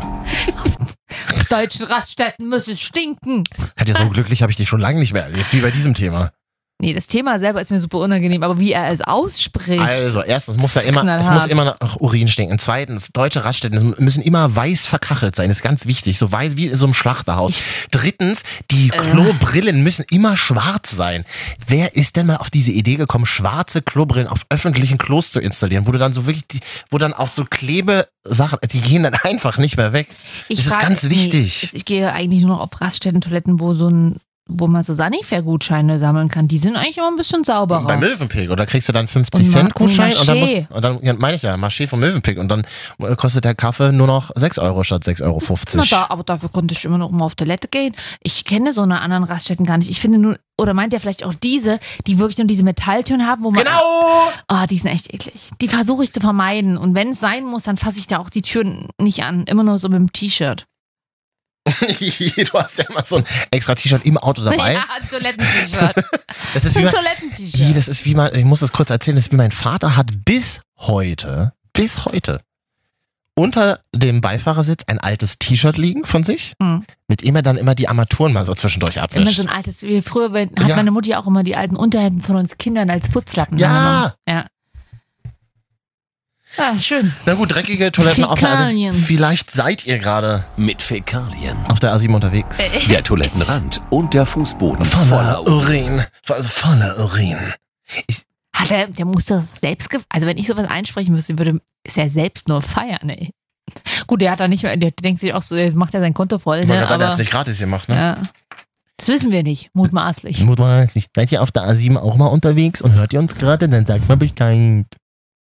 B: auf deutschen Raststätten muss es stinken.
A: Katja, so glücklich habe ich dich schon lange nicht mehr erlebt, wie bei diesem Thema.
B: Nee, das Thema selber ist mir super unangenehm, aber wie er es ausspricht.
A: Also, erstens muss da
B: Das ist
A: immer, es muss
B: knallhart.
A: immer nach Urin stinken. Zweitens, deutsche Raststätten es müssen immer weiß verkachelt sein. Ist ganz wichtig. So weiß wie in so einem Schlachterhaus. Drittens,
B: Äh.
A: die Klobrillen müssen immer schwarz sein. Wer ist denn mal auf diese Idee gekommen, schwarze Klobrillen auf öffentlichen Klos zu installieren, wo du dann so wirklich, die, wo dann auch so Klebesachen, die gehen dann einfach nicht mehr weg.
B: ich
A: das ist
B: frage-
A: ganz wichtig.
B: Nee, ich gehe eigentlich nur noch auf Raststätten-Toiletten, wo so ein wo man so Sanifair-Gutscheine sammeln kann, die sind eigentlich immer ein bisschen sauberer.
A: Beim Möwenpick oder kriegst du dann 50
B: Und
A: Cent
B: Marc- nee,
A: Gutschein und dann, muss,
B: Marché.
A: und dann ja, meine ich ja, Marché vom Möwenpick und dann äh, kostet der Kaffee nur noch 6 Euro statt 6,50 Euro.
B: Na da, aber dafür konnte ich immer noch mal auf Toilette gehen. Ich kenne so eine anderen Raststätten gar nicht. Ich finde nur, oder meint ihr vielleicht auch diese, die wirklich nur diese Metalltüren haben, wo man.
A: Genau!
B: Ah, die sind echt eklig. Die versuche ich zu vermeiden. Und wenn es sein muss, dann fasse ich da auch die Türen nicht an. Immer nur so mit dem T-Shirt.
A: du hast ja immer so ein extra T-Shirt im Auto dabei.
B: Genau. Ja, ein Toiletten-T-Shirt.
A: Das ist wie
B: Ein
A: man, Wie,
B: Toiletten-T-Shirt.
A: das ist wie man, ich muss das kurz erzählen, das ist wie mein Vater hat bis heute, bis heute, unter dem Beifahrersitz ein altes T-Shirt liegen von sich,
B: Hm.
A: mit dem er dann immer die Armaturen mal so zwischendurch
B: Immer so
A: abwischt.
B: ein altes, wie früher bei- hat
A: Ja.
B: meine Mutter ja auch immer die alten Unterhemden von uns Kindern als Putzlappen.
A: Ja.
B: angenommen. ja. Ah, schön.
A: Na gut, dreckige Toiletten auf der A7.
B: Fäkalien.
A: Vielleicht seid ihr gerade
J: Mit Fäkalien.
A: auf der A7 unterwegs.
B: Äh,
J: Der Toilettenrand und der Fußboden
A: Voller
J: voller
A: Urin. Also voller Urin.
B: Hat er, der muss das selbst, ge- also wenn ich sowas einsprechen müsste, würde ist er selbst nur feiern, ey. Gut, der hat da nicht mehr, der denkt sich auch so, jetzt macht er sein Konto voll,
A: Ich wollte
B: ne?
A: gerade sagen, er
B: Aber,
A: hat es nicht gratis gemacht, ne?
B: ja. Das wissen wir nicht, mutmaßlich.
A: Mutmaßlich. Seid ihr auf der A7 auch mal unterwegs und hört ihr uns gerade? Dann sagt mal Bescheid.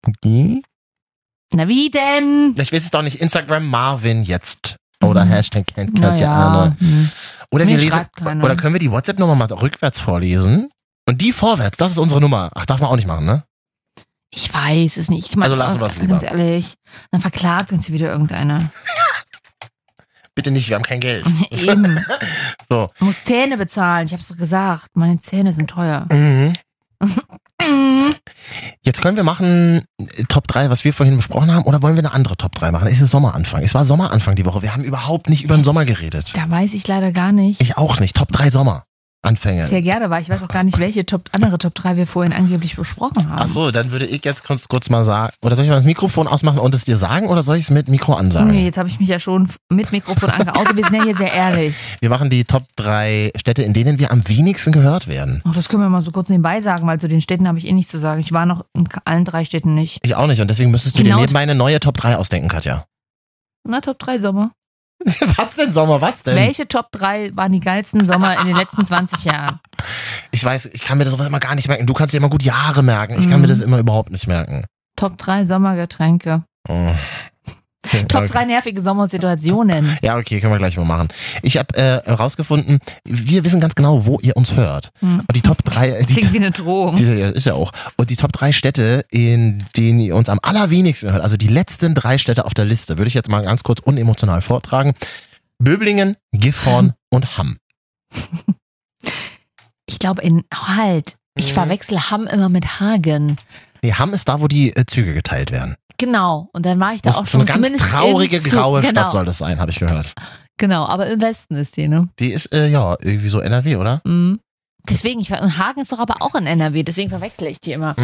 A: Okay?
B: Na wie denn?
A: Ich weiß es doch nicht. Instagram Marvin jetzt. Oder
B: Mhm.
A: Hashtag kennt Katja
B: Naja,
A: Arne.
B: hm.
A: Oder, wir
B: Mir
A: lesen,
B: schreibt keiner.
A: oder können wir die WhatsApp-Nummer mal rückwärts vorlesen? Und die vorwärts, das ist unsere Nummer. Ach, darf man auch nicht machen, ne?
B: ich weiß es nicht. Ich mach-
A: Also lassen wir's
B: Ganz ehrlich, dann verklagt uns wieder irgendeiner.
A: Bitte nicht, wir haben kein Geld.
B: Eben.
A: So.
B: Ich muss Zähne bezahlen, ich hab's doch gesagt. Meine Zähne sind teuer.
A: Mhm.
B: Mhm.
A: Jetzt können wir machen äh, Top 3, was wir vorhin besprochen haben, oder wollen wir eine andere Top 3 machen? Es ist Sommeranfang. Es war Sommeranfang die Woche. Wir haben überhaupt nicht über den Sommer geredet.
B: Da weiß ich leider gar nicht.
A: Ich auch nicht. Top 3 Sommeranfänge.
B: Sehr gerne, weil ich weiß auch gar nicht, welche Top, andere Top 3 wir vorhin angeblich besprochen haben.
A: Ach so, dann würde ich jetzt kurz, kurz mal sagen, oder soll ich mal das Mikrofon ausmachen und es dir sagen, oder soll ich es mit Mikro ansagen?
B: Nee, jetzt habe ich mich ja schon mit Mikrofon angeoutet. Wir sind ja hier sehr ehrlich.
A: Wir machen die Top 3 Städte, in denen wir am wenigsten gehört werden.
B: Ach, das können wir mal so kurz nebenbei sagen, weil zu den Städten habe ich eh nichts zu sagen. Ich war noch in allen drei Städten nicht.
A: Ich auch nicht. Und deswegen müsstest du
B: Genau.
A: dir nebenbei eine neue Top 3 ausdenken, Katja.
B: Na, Top 3 Sommer.
A: Was denn, Sommer? Was denn?
B: Welche Top 3 waren die geilsten Sommer in den letzten 20 Jahren?
A: Ich weiß, ich kann mir das sowas immer gar nicht merken. Du kannst dir immer gut Jahre merken. Ich kann
B: Mhm.
A: mir das immer überhaupt nicht merken.
B: Top 3 Sommergetränke.
A: Oh.
B: Top
A: Okay.
B: 3 nervige Sommersituationen.
A: Ja, okay, können wir gleich mal machen. Ich habe äh, rausgefunden, wir wissen ganz genau, wo ihr uns hört.
B: Hm.
A: Und die Top 3, äh,
B: Das klingt wie
A: die,
B: eine Drohung.
A: die, ist ja auch. Und die Top 3 Städte, in denen ihr uns am allerwenigsten hört, also die letzten drei Städte auf der Liste, würde ich jetzt mal ganz kurz unemotional vortragen. Böblingen,
B: Mhm.
A: Gifhorn und Hamm.
B: Ich glaube, in Halt. Ich
A: Mhm.
B: verwechsel Hamm immer mit Hagen.
A: Nee, Hamm ist da, wo die äh, Züge geteilt werden.
B: Genau. Und dann war ich da
A: Das
B: auch
A: ist so eine
B: schon
A: ganz
B: zumindest in
A: traurige,
B: Zug-
A: graue
B: genau,
A: Stadt soll das sein, habe ich gehört.
B: Genau, aber im Westen ist die, ne?
A: Die ist, äh, ja, irgendwie so NRW, oder?
B: Mhm. Deswegen, ich war, und Hagen ist doch aber auch in NRW, deswegen verwechsel ich die immer.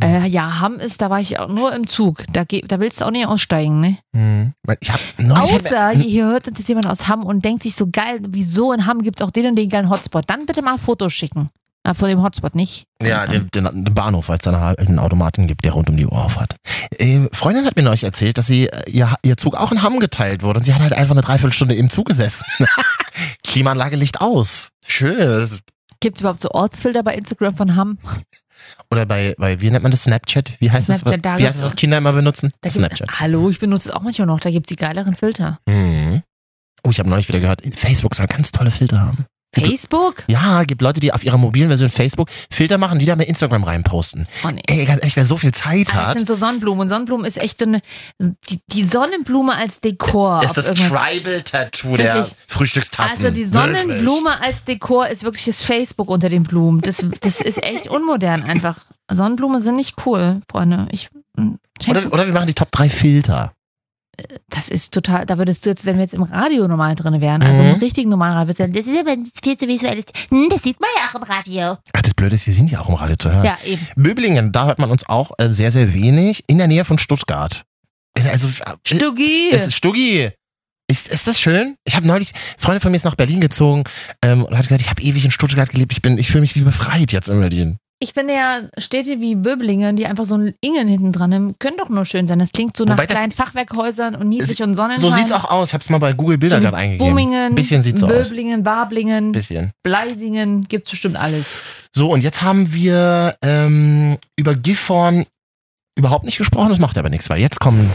B: Äh, ja, Hamm ist, da war ich auch nur im Zug. Da, geh, da willst du auch nicht aussteigen, ne?
A: Mhm. Ich hab Hm? neulich
B: Außer hier hört uns jetzt jemand aus Hamm und denkt sich so geil, wieso in Hamm gibt es auch den und den geilen Hotspot. Dann bitte mal Fotos schicken. Ah, Von dem Hotspot nicht.
A: Ja, den, den, den Bahnhof, weil es dann halt einen Automaten gibt, der rund um die Uhr auf hat. Äh, Freundin hat mir neulich erzählt, dass sie äh, ihr, ihr Zug auch in Hamm geteilt wurde und sie hat halt einfach eine Dreiviertelstunde im Zug gesessen. Klimaanlage Licht aus. Schön. das ist-
B: Gibt es überhaupt so Ortsfilter bei Instagram von Hamm?
A: Oder bei, bei, wie nennt man das? Snapchat? Wie heißt
B: Snapchat, da
A: das? Wie
B: gibt's
A: heißt das, was
B: auch-
A: Kinder immer benutzen?
B: Da gibt-
A: Snapchat.
B: Hallo, ich benutze es auch manchmal noch. Da gibt es die geileren Filter.
A: Mhm. Oh, ich habe neulich wieder gehört, Facebook soll ganz tolle Filter haben. Gibt-
B: Facebook?
A: Ja, gibt Leute, die auf ihrer mobilen Version Facebook Filter machen, die da bei Instagram reinposten.
B: Oh, nee.
A: Ey, ganz ehrlich, wer so viel Zeit
B: Ah, Das
A: hat,
B: sind so Sonnenblumen. Und Sonnenblumen ist echt so eine. Die, die Sonnenblume als Dekor. auf
A: ist das
B: irgendwas.
A: Tribal-Tattoo der
B: Wirklich.
A: Frühstückstassen.
B: Also die Sonnenblume als Dekor ist wirklich das Facebook unter den Blumen. Das, das ist echt unmodern einfach. Sonnenblumen sind nicht cool, Freunde. Ich, mm,
A: Wirklich.
B: schenk-
A: Oder, oder wir machen die Top 3 Filter.
B: das ist total, da würdest du jetzt, wenn wir jetzt im Radio normal drin wären, also
A: Mhm.
B: im richtigen normalen Radio, würdest du sagen, das ist aber nicht viel zu visuelles. Hm, Das sieht man ja auch im Radio.
A: Ach, das Blöde ist, wir sind ja auch im Radio zu hören.
B: Ja, eben.
A: Böblingen, da hört man uns auch äh, sehr, sehr wenig. In der Nähe von Stuttgart. Äh, Also, äh,
B: Stuggi.
A: Es ist Stuggi. Ist, ist das schön? Ich habe neulich, Freunde von mir ist nach Berlin gezogen ähm, und hat gesagt, ich habe ewig in Stuttgart gelebt. Ich bin, ich fühle mich wie befreit jetzt in Berlin.
B: ich finde ja, Städte wie Böblingen, die einfach so einen Ingen hinten dran haben, können doch nur schön sein. Das klingt so nach
A: Wobei das-
B: kleinen Fachwerkhäusern und niedlich und Sonnenschein.
A: So sieht's auch aus. Ich hab's mal bei Google Bilder gerade eingegeben.
B: Bummingen,
A: Bisschen sieht's so aus.
B: Böblingen, Wablingen,
A: Bisschen.
B: Bleisingen, gibt's bestimmt alles.
A: So, und jetzt haben wir ähm, über Gifhorn überhaupt nicht gesprochen. Das macht aber nichts, weil jetzt kommen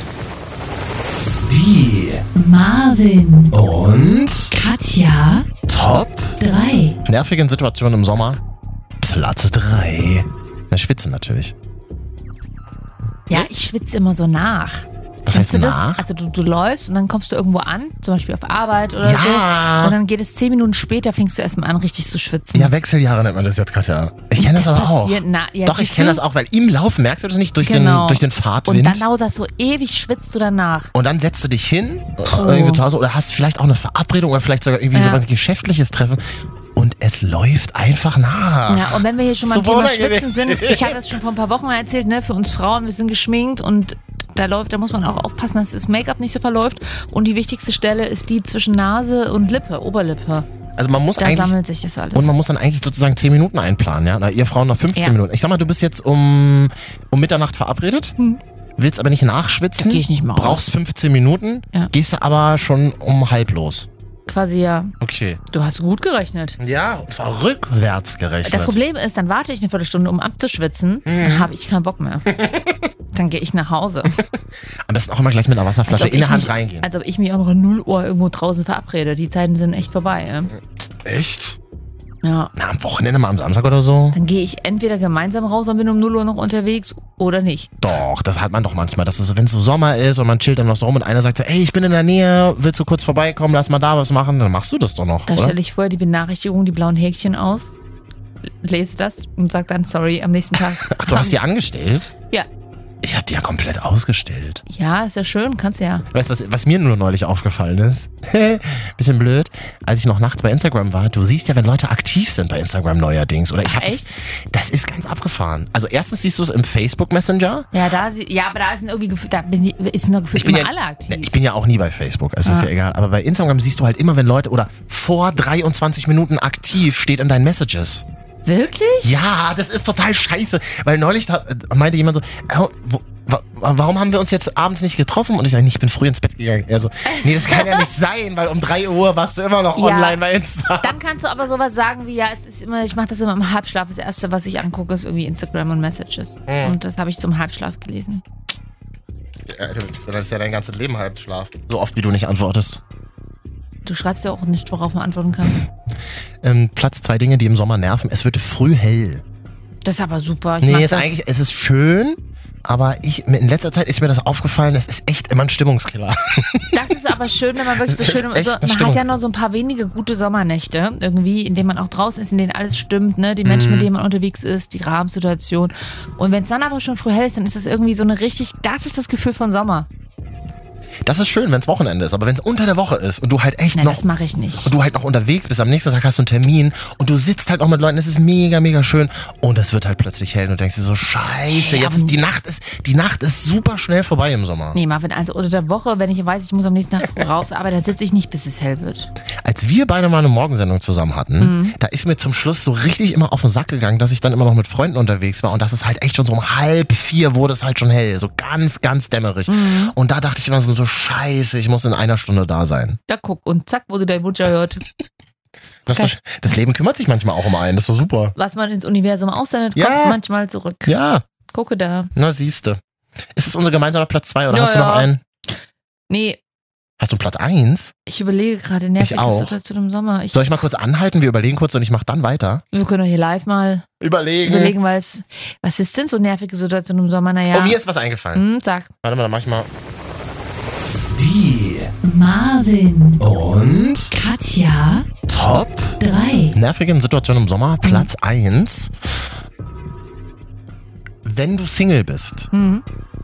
A: die
K: Marvin.
A: und
K: Katja.
A: Top
K: Drei.
A: nervigen Situationen im Sommer. Platz 3. Na, schwitzen natürlich.
B: Ja, ich schwitze immer so nach.
A: Was
B: Kennst
A: heißt
B: du das?
A: nach?
B: Also du, du läufst und dann kommst du irgendwo an, zum Beispiel auf Arbeit oder
A: Ja.
B: so. Und dann geht es zehn Minuten später, fängst du erstmal an, richtig zu schwitzen.
A: Ja, Wechseljahre nennt man das jetzt, Katja. Ich kenne das, aber auch.
B: passiert- na, ja,
A: Doch, ich
B: siehst
A: kenne
B: du?
A: das auch, weil im Laufen merkst du das nicht durch,
B: Genau.
A: den, durch den
B: Und
A: Fahrtwind.
B: dann dauert das so ewig, schwitzt du danach.
A: Und dann setzt du dich hin,
B: Puh.
A: irgendwie zu Hause, oder hast vielleicht auch eine Verabredung oder vielleicht sogar irgendwie
B: Oh. Ja.
A: so was Geschäftliches Treffen. Und es läuft einfach nach.
B: Ja, und wenn wir hier schon mal
A: So
B: im Thema
A: unangenehm.
B: Schwitzen sind, ich habe das schon vor ein paar Wochen mal erzählt, ne, für uns Frauen, wir sind geschminkt und da läuft, da muss man auch aufpassen, dass das Make-up nicht so verläuft. Und die wichtigste Stelle ist die zwischen Nase und Lippe, Oberlippe.
A: also man muss
B: Da
A: eigentlich.
B: sammelt sich das alles.
A: Und man muss dann eigentlich sozusagen 10 Minuten einplanen, ja? Na, ihr Frauen noch 15
B: Ja.
A: Minuten. Ich sag mal, du bist jetzt um, um Mitternacht verabredet, willst aber nicht nachschwitzen.
B: Hm. Da geh ich nicht mal
A: Brauchst 15 Minuten,
B: Ja.
A: gehst du aber schon um halb los.
B: Quasi ja,
A: Okay.
B: du hast gut gerechnet.
A: Ja, und zwar rückwärts gerechnet.
B: Das Problem ist, dann warte ich eine Viertelstunde, um abzuschwitzen,
A: Mhm.
B: dann habe ich keinen Bock mehr. Dann gehe ich nach Hause.
A: Am besten auch immer gleich mit einer Wasserflasche
B: ob
A: in der
B: Also ich
A: Hand
B: mich,
A: reingehen.
B: Als ob ich mich auch noch um 0 Uhr irgendwo draußen verabrede. Die Zeiten sind echt vorbei. Ja.
A: Echt?
B: ja.
A: Na, am Wochenende mal am Samstag oder so?
B: Dann gehe ich entweder gemeinsam raus und bin um 0 Uhr noch unterwegs oder nicht.
A: Doch, das hat man doch manchmal. Das ist so, wenn es so Sommer ist und man chillt dann noch so rum und einer sagt so, ey, ich bin in der Nähe, willst du kurz vorbeikommen, lass mal da was machen, dann machst du das doch noch,
B: Da
A: oder?
B: stelle ich vorher die Benachrichtigung, die blauen Häkchen aus, lese das und sage dann sorry am nächsten Tag.
A: Ach, du hast die angestellt?
B: Ja.
A: Ich habe die ja komplett ausgestellt.
B: Ja, ist ja schön, kannst ja.
A: Weißt du, was, was mir nur neulich aufgefallen ist? Bisschen blöd, als ich noch nachts bei Instagram war, du siehst ja, wenn Leute aktiv sind bei Instagram neuerdings. Oder ich hab
B: Ach, echt?
A: Das, das ist ganz abgefahren. Also erstens siehst du es im Facebook Messenger,
B: Ja, da, sie- ja, aber da ist irgendwie gefühlt, da bin ich, ist noch gefühlt
A: Ich bin
B: immer
A: ja-
B: alle aktiv.
A: Ne, ich bin ja auch nie bei Facebook, es ist
B: Ah.
A: ja egal. Aber bei Instagram siehst du halt immer, wenn Leute oder vor 23 Minuten aktiv steht in deinen Messages.
B: Wirklich?
A: Ja, das ist total scheiße. Weil neulich da, äh, meinte jemand so, äh, wo, wa, warum haben wir uns jetzt abends nicht getroffen? Und ich sage, ich bin früh ins Bett gegangen. Er so, nee, das kann ja nicht sein, weil um 3 Uhr warst du immer noch
B: Ja.
A: online bei Insta.
B: Dann kannst du aber sowas sagen wie, ja, es ist immer, ich mache das immer im Halbschlaf. Das erste, was ich angucke, ist irgendwie Instagram und Messages.
A: Mhm.
B: Und das habe ich zum Halbschlaf gelesen.
A: Ja, das ist ja dein ganzes Leben Halbschlaf. So oft, wie du nicht antwortest.
B: Du schreibst ja auch nicht, worauf man antworten kann.
A: Ähm, Platz zwei Dinge, die im Sommer nerven. Es wird früh hell.
B: Das ist aber super. Ich mag
A: Nee, ist
B: das.
A: eigentlich, es ist schön, aber ich, in letzter Zeit ist mir das aufgefallen, es ist echt immer ein Stimmungskiller.
B: Das ist aber schön, wenn man wirklich so
A: Das ist
B: schön.
A: echt
B: So,
A: eine
B: man hat ja
A: Stimmung.
B: noch so ein paar wenige gute Sommernächte irgendwie, in denen man auch draußen ist, in denen alles stimmt, ne? Die Menschen,
A: Mhm.
B: mit denen man unterwegs ist, die Rahmensituation. Und wenn es dann aber schon früh hell ist, dann ist das irgendwie so eine richtig. Das ist das Gefühl von Sommer.
A: Das ist schön, wenn es Wochenende ist, aber wenn es unter der Woche ist und du halt echt
B: Nein,
A: noch
B: das mache ich nicht.
A: und du halt noch unterwegs bist, am nächsten Tag hast du einen Termin und du sitzt halt noch mit Leuten, es ist mega, mega schön und es wird halt plötzlich hell und du denkst dir so, scheiße,
B: Hey, aber-
A: jetzt die Nacht ist, die Nacht ist super schnell vorbei im Sommer.
B: Nee, Marvin, also unter der Woche, wenn ich weiß, ich muss am nächsten Tag früh raus, aber da sitze ich nicht, bis es hell wird.
A: Als wir beide mal eine Morgensendung zusammen
B: Mhm.
A: hatten, da ist mir zum Schluss so richtig immer auf den Sack gegangen, dass ich dann immer noch mit Freunden unterwegs war und das ist halt echt schon so um halb vier wurde es halt schon hell, so ganz, ganz dämmerig.
B: Hm.
A: Und da dachte ich immer so, so, scheiße, ich muss in einer Stunde da sein.
B: Da guck und zack wurde dein Wunsch erhört.
A: Das, ist doch, das Leben kümmert sich manchmal auch um einen, das ist doch super.
B: Was man ins Universum aussendet,
A: Ja.
B: kommt manchmal zurück.
A: Ja,
B: Gucke da.
A: na siehste. Ist das unser gemeinsamer Platz zwei oder
B: Ja,
A: hast du noch
B: ja.
A: einen?
B: Nee,
A: Hast du einen Platz eins?
B: ich überlege gerade nervige
A: Ich auch.
B: Situation im Sommer. Ich,
A: Soll ich mal kurz anhalten? Wir überlegen kurz und ich mach dann weiter.
B: wir können doch hier live mal
A: Überlegen.
B: überlegen, weil es. Was ist denn so nervige Situation im Sommer? Naja.
A: Oh, mir ist was eingefallen.
B: hm, sag.
A: Warte mal, dann mach ich mal. Die
K: Marvin.
A: und
K: Katja.
A: Top
K: Drei.
A: nervigen Situation im Sommer, Platz
B: Mhm.
A: eins. Wenn du Single bist
B: Hm.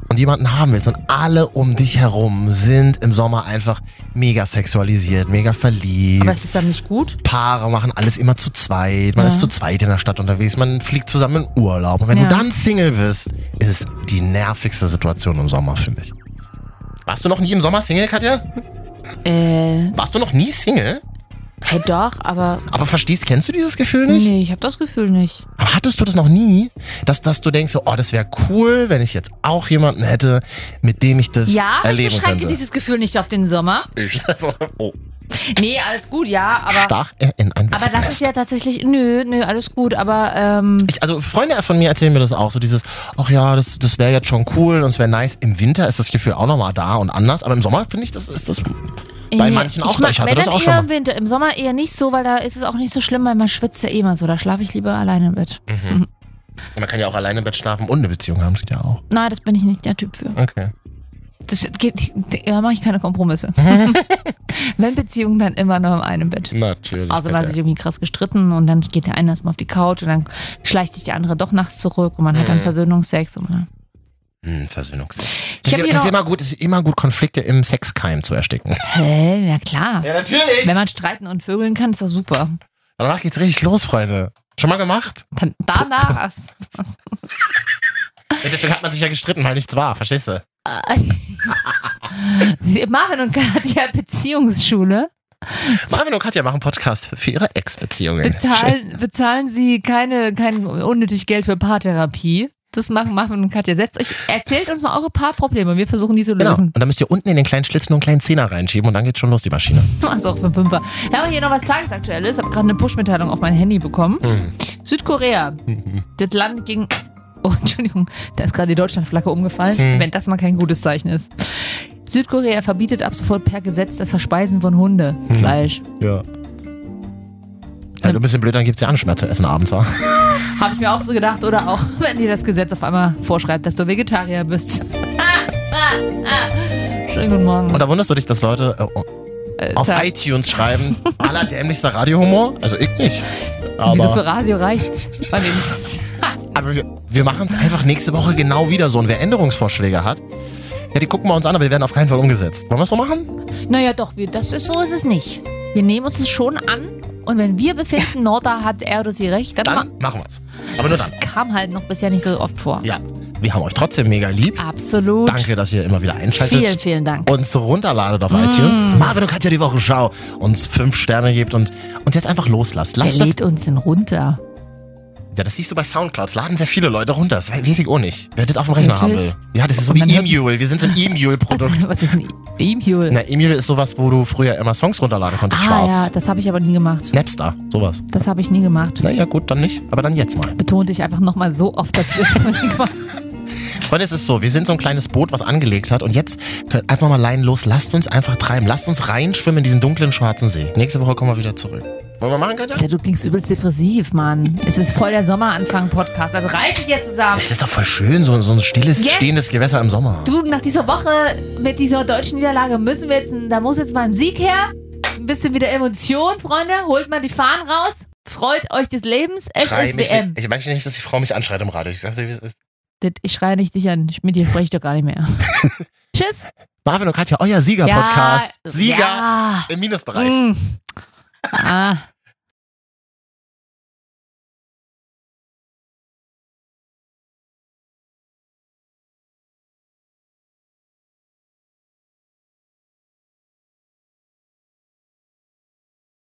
A: und jemanden haben willst und alle um dich herum sind im Sommer einfach mega sexualisiert, mega verliebt.
B: Aber es ist dann nicht gut.
A: Paare machen alles immer zu zweit. Man
B: Ja.
A: ist zu zweit in der Stadt unterwegs. Man fliegt zusammen in Urlaub. Und wenn
B: Ja.
A: du dann Single bist, ist es die nervigste Situation im Sommer, finde ich. Warst du noch nie im Sommer Single, Katja?
B: Äh,
A: Warst du noch nie Single?
B: Hey, doch, aber.
A: Aber verstehst, kennst du dieses Gefühl nicht?
B: Nee, ich habe das Gefühl nicht.
A: Aber hattest du das noch nie, dass, dass du denkst, so, oh, das wäre cool, wenn ich jetzt auch jemanden hätte, mit dem ich das
B: ja, aber ich
A: erleben
B: beschränke
A: könnte?
B: dieses Gefühl nicht auf den Sommer.
A: ich, also, oh,
B: Nee, alles gut, ja, aber.
A: stach er in ein
B: Aber das ist ja tatsächlich. Nö, nö, alles gut, aber. Ähm,
A: ich, also Freunde von mir erzählen mir das auch, so dieses, ach ja, das, das wäre jetzt schon cool und es wäre nice. Im Winter ist das Gefühl auch nochmal da und anders, aber im Sommer finde ich, das ist das bei
B: nee,
A: manchen auch
B: ich mag-
A: da. Ich hatte
B: wenn
A: das
B: dann
A: auch
B: eher
A: schon
B: im
A: mal.
B: Winter, im Sommer eher nicht so, weil da ist es auch nicht so schlimm, weil man schwitzt ja eh mal so. Da schlafe ich lieber alleine im Bett.
A: Mhm. Man kann ja auch alleine im Bett schlafen und eine Beziehung haben, das geht ja auch.
B: Nein, das bin ich nicht der Typ für.
A: Okay.
B: Das geht, da mache ich keine Kompromisse. Wenn Beziehungen, dann immer nur in einem Bett.
A: Mhm. Natürlich.
B: Also man hat sich irgendwie krass gestritten und dann geht der eine erstmal auf die Couch und dann schleicht sich der andere doch nachts zurück und man hat dann
A: Mhm.
B: Versöhnungsex. Und, ja.
A: Hm, Versöhnungs.
B: Ich
A: Das,
B: hab
A: ist,
B: hier
A: das ist
B: noch-
A: immer gut, es ist immer gut, Konflikte im Sexkeim zu ersticken.
B: Hä? Ja klar.
A: Ja, natürlich.
B: Wenn man streiten und vögeln kann, ist das super.
A: Danach geht's richtig los, Freunde. Schon mal gemacht?
B: Dann danach.
A: Ja, Deswegen hat man sich ja gestritten, weil nichts war, verstehst du?
B: Sie- Marvin und Katja Beziehungsschule.
A: Marvin und Katja machen Podcast für ihre Ex-Beziehungen.
B: Bezahlen, bezahlen Sie keine, kein unnötig Geld für Paartherapie. Das machen Marvin und Katja. Setzt euch, erzählt uns mal eure Paarprobleme. Wir versuchen die zu
A: Genau.
B: lösen.
A: Und dann müsst ihr unten in den kleinen Schlitz nur einen kleinen Zehner reinschieben und dann geht's schon los, die Maschine.
B: Also auch für Fünfer. Wir haben hier noch was Tagesaktuelles. Ich habe gerade eine Push-Mitteilung auf mein Handy bekommen.
A: Mhm.
B: Südkorea. Das Land ging. Oh, Entschuldigung, da ist gerade die Deutschlandflagge umgefallen.
A: Hm.
B: Wenn das mal kein gutes Zeichen ist. Südkorea verbietet ab sofort per Gesetz das Verspeisen von Hundefleisch.
A: Ja. Wenn du ein bisschen blöd, dann gibt's ja auch nicht mehr zu essen abends, wa?
B: Habe ich mir auch so gedacht. Oder auch, wenn dir das Gesetz auf einmal vorschreibt, dass du Vegetarier bist. Schönen guten Morgen.
A: Und da wunderst du dich, dass Leute äh, auf
B: Tag.
A: iTunes schreiben, allerdämlichster Radiohumor? Also ich nicht.
B: Wieso für
A: Aber,
B: Radio reicht's? Bei mir nicht.
A: aber wir, wir machen es einfach nächste Woche genau wieder so. Und wer Änderungsvorschläge hat, ja, die gucken wir uns an, aber die werden auf keinen Fall umgesetzt. Wollen wir es so machen?
B: Naja, doch, wir, das ist so ist es nicht. Wir nehmen uns es schon an und wenn wir befinden, Norda hat er oder sie recht, dann,
A: Dann
B: ma-
A: machen wir es. Aber nur
B: das
A: dann.
B: kam halt noch bisher nicht so oft vor.
A: Ja, wir haben euch trotzdem mega lieb.
B: Absolut.
A: Danke, dass ihr immer wieder einschaltet.
B: Vielen, vielen Dank.
A: Uns runterladet auf
B: Mm.
A: iTunes. Marvin und Katja die Woche Schau. Uns fünf Sterne gebt und uns jetzt einfach loslasst.
B: Wer
A: Lasst das,
B: lädt uns denn runter?
A: ja, das siehst du bei Soundclouds. Laden sehr viele Leute runter. Das weiß ich auch nicht. Wer das auf dem Rechner haben
B: Wirklich?
A: will. Ja, das ist so
B: Und
A: wie
B: man hört-
A: E-Mule. Wir sind so ein E-Mule-Produkt.
B: Was ist ein E-Mule?
A: Na, E-Mule ist sowas, wo du früher immer Songs runterladen
B: ah
A: konntest, schwarz.
B: ja, das habe ich aber nie gemacht.
A: Napster, sowas.
B: Das habe ich nie gemacht.
A: Naja, gut, dann nicht. Aber dann jetzt mal.
B: Betonte ich einfach nochmal so oft, dass ich das noch nie gemacht habe.
A: Freunde, es ist so, wir sind so ein kleines Boot, was angelegt hat. Und jetzt könnt einfach mal leihen los. Lasst uns einfach treiben. Lasst uns reinschwimmen in diesen dunklen, schwarzen See. Nächste Woche kommen wir wieder zurück. Wollen wir machen, Katja?
B: Ja, du klingst übelst depressiv, Mann. Es ist voll der Sommeranfang-Podcast. Also reiß dich jetzt zusammen.
A: Es ist doch voll schön, so, so ein stilles,
B: Jetzt?
A: stehendes Gewässer im Sommer.
B: Du, nach dieser Woche mit dieser deutschen Niederlage müssen wir jetzt, da muss jetzt mal ein Sieg her. Ein bisschen wieder Emotion, Freunde. Holt mal die Fahnen raus. Freut euch des Lebens.
A: Schrei mich
B: FSWM.
A: nicht- Ich möchte nicht, dass die Frau mich anschreit im Radio. Ich sag dir, wie es ist.
B: Das, ich schreie nicht dich an. Ich- Mit dir spreche ich doch gar nicht mehr. Tschüss.
A: Marvin und Katja, euer Sieger-Podcast.
B: Ja,
A: Sieger
B: Ja.
A: im Minusbereich.
B: Mm. Ah.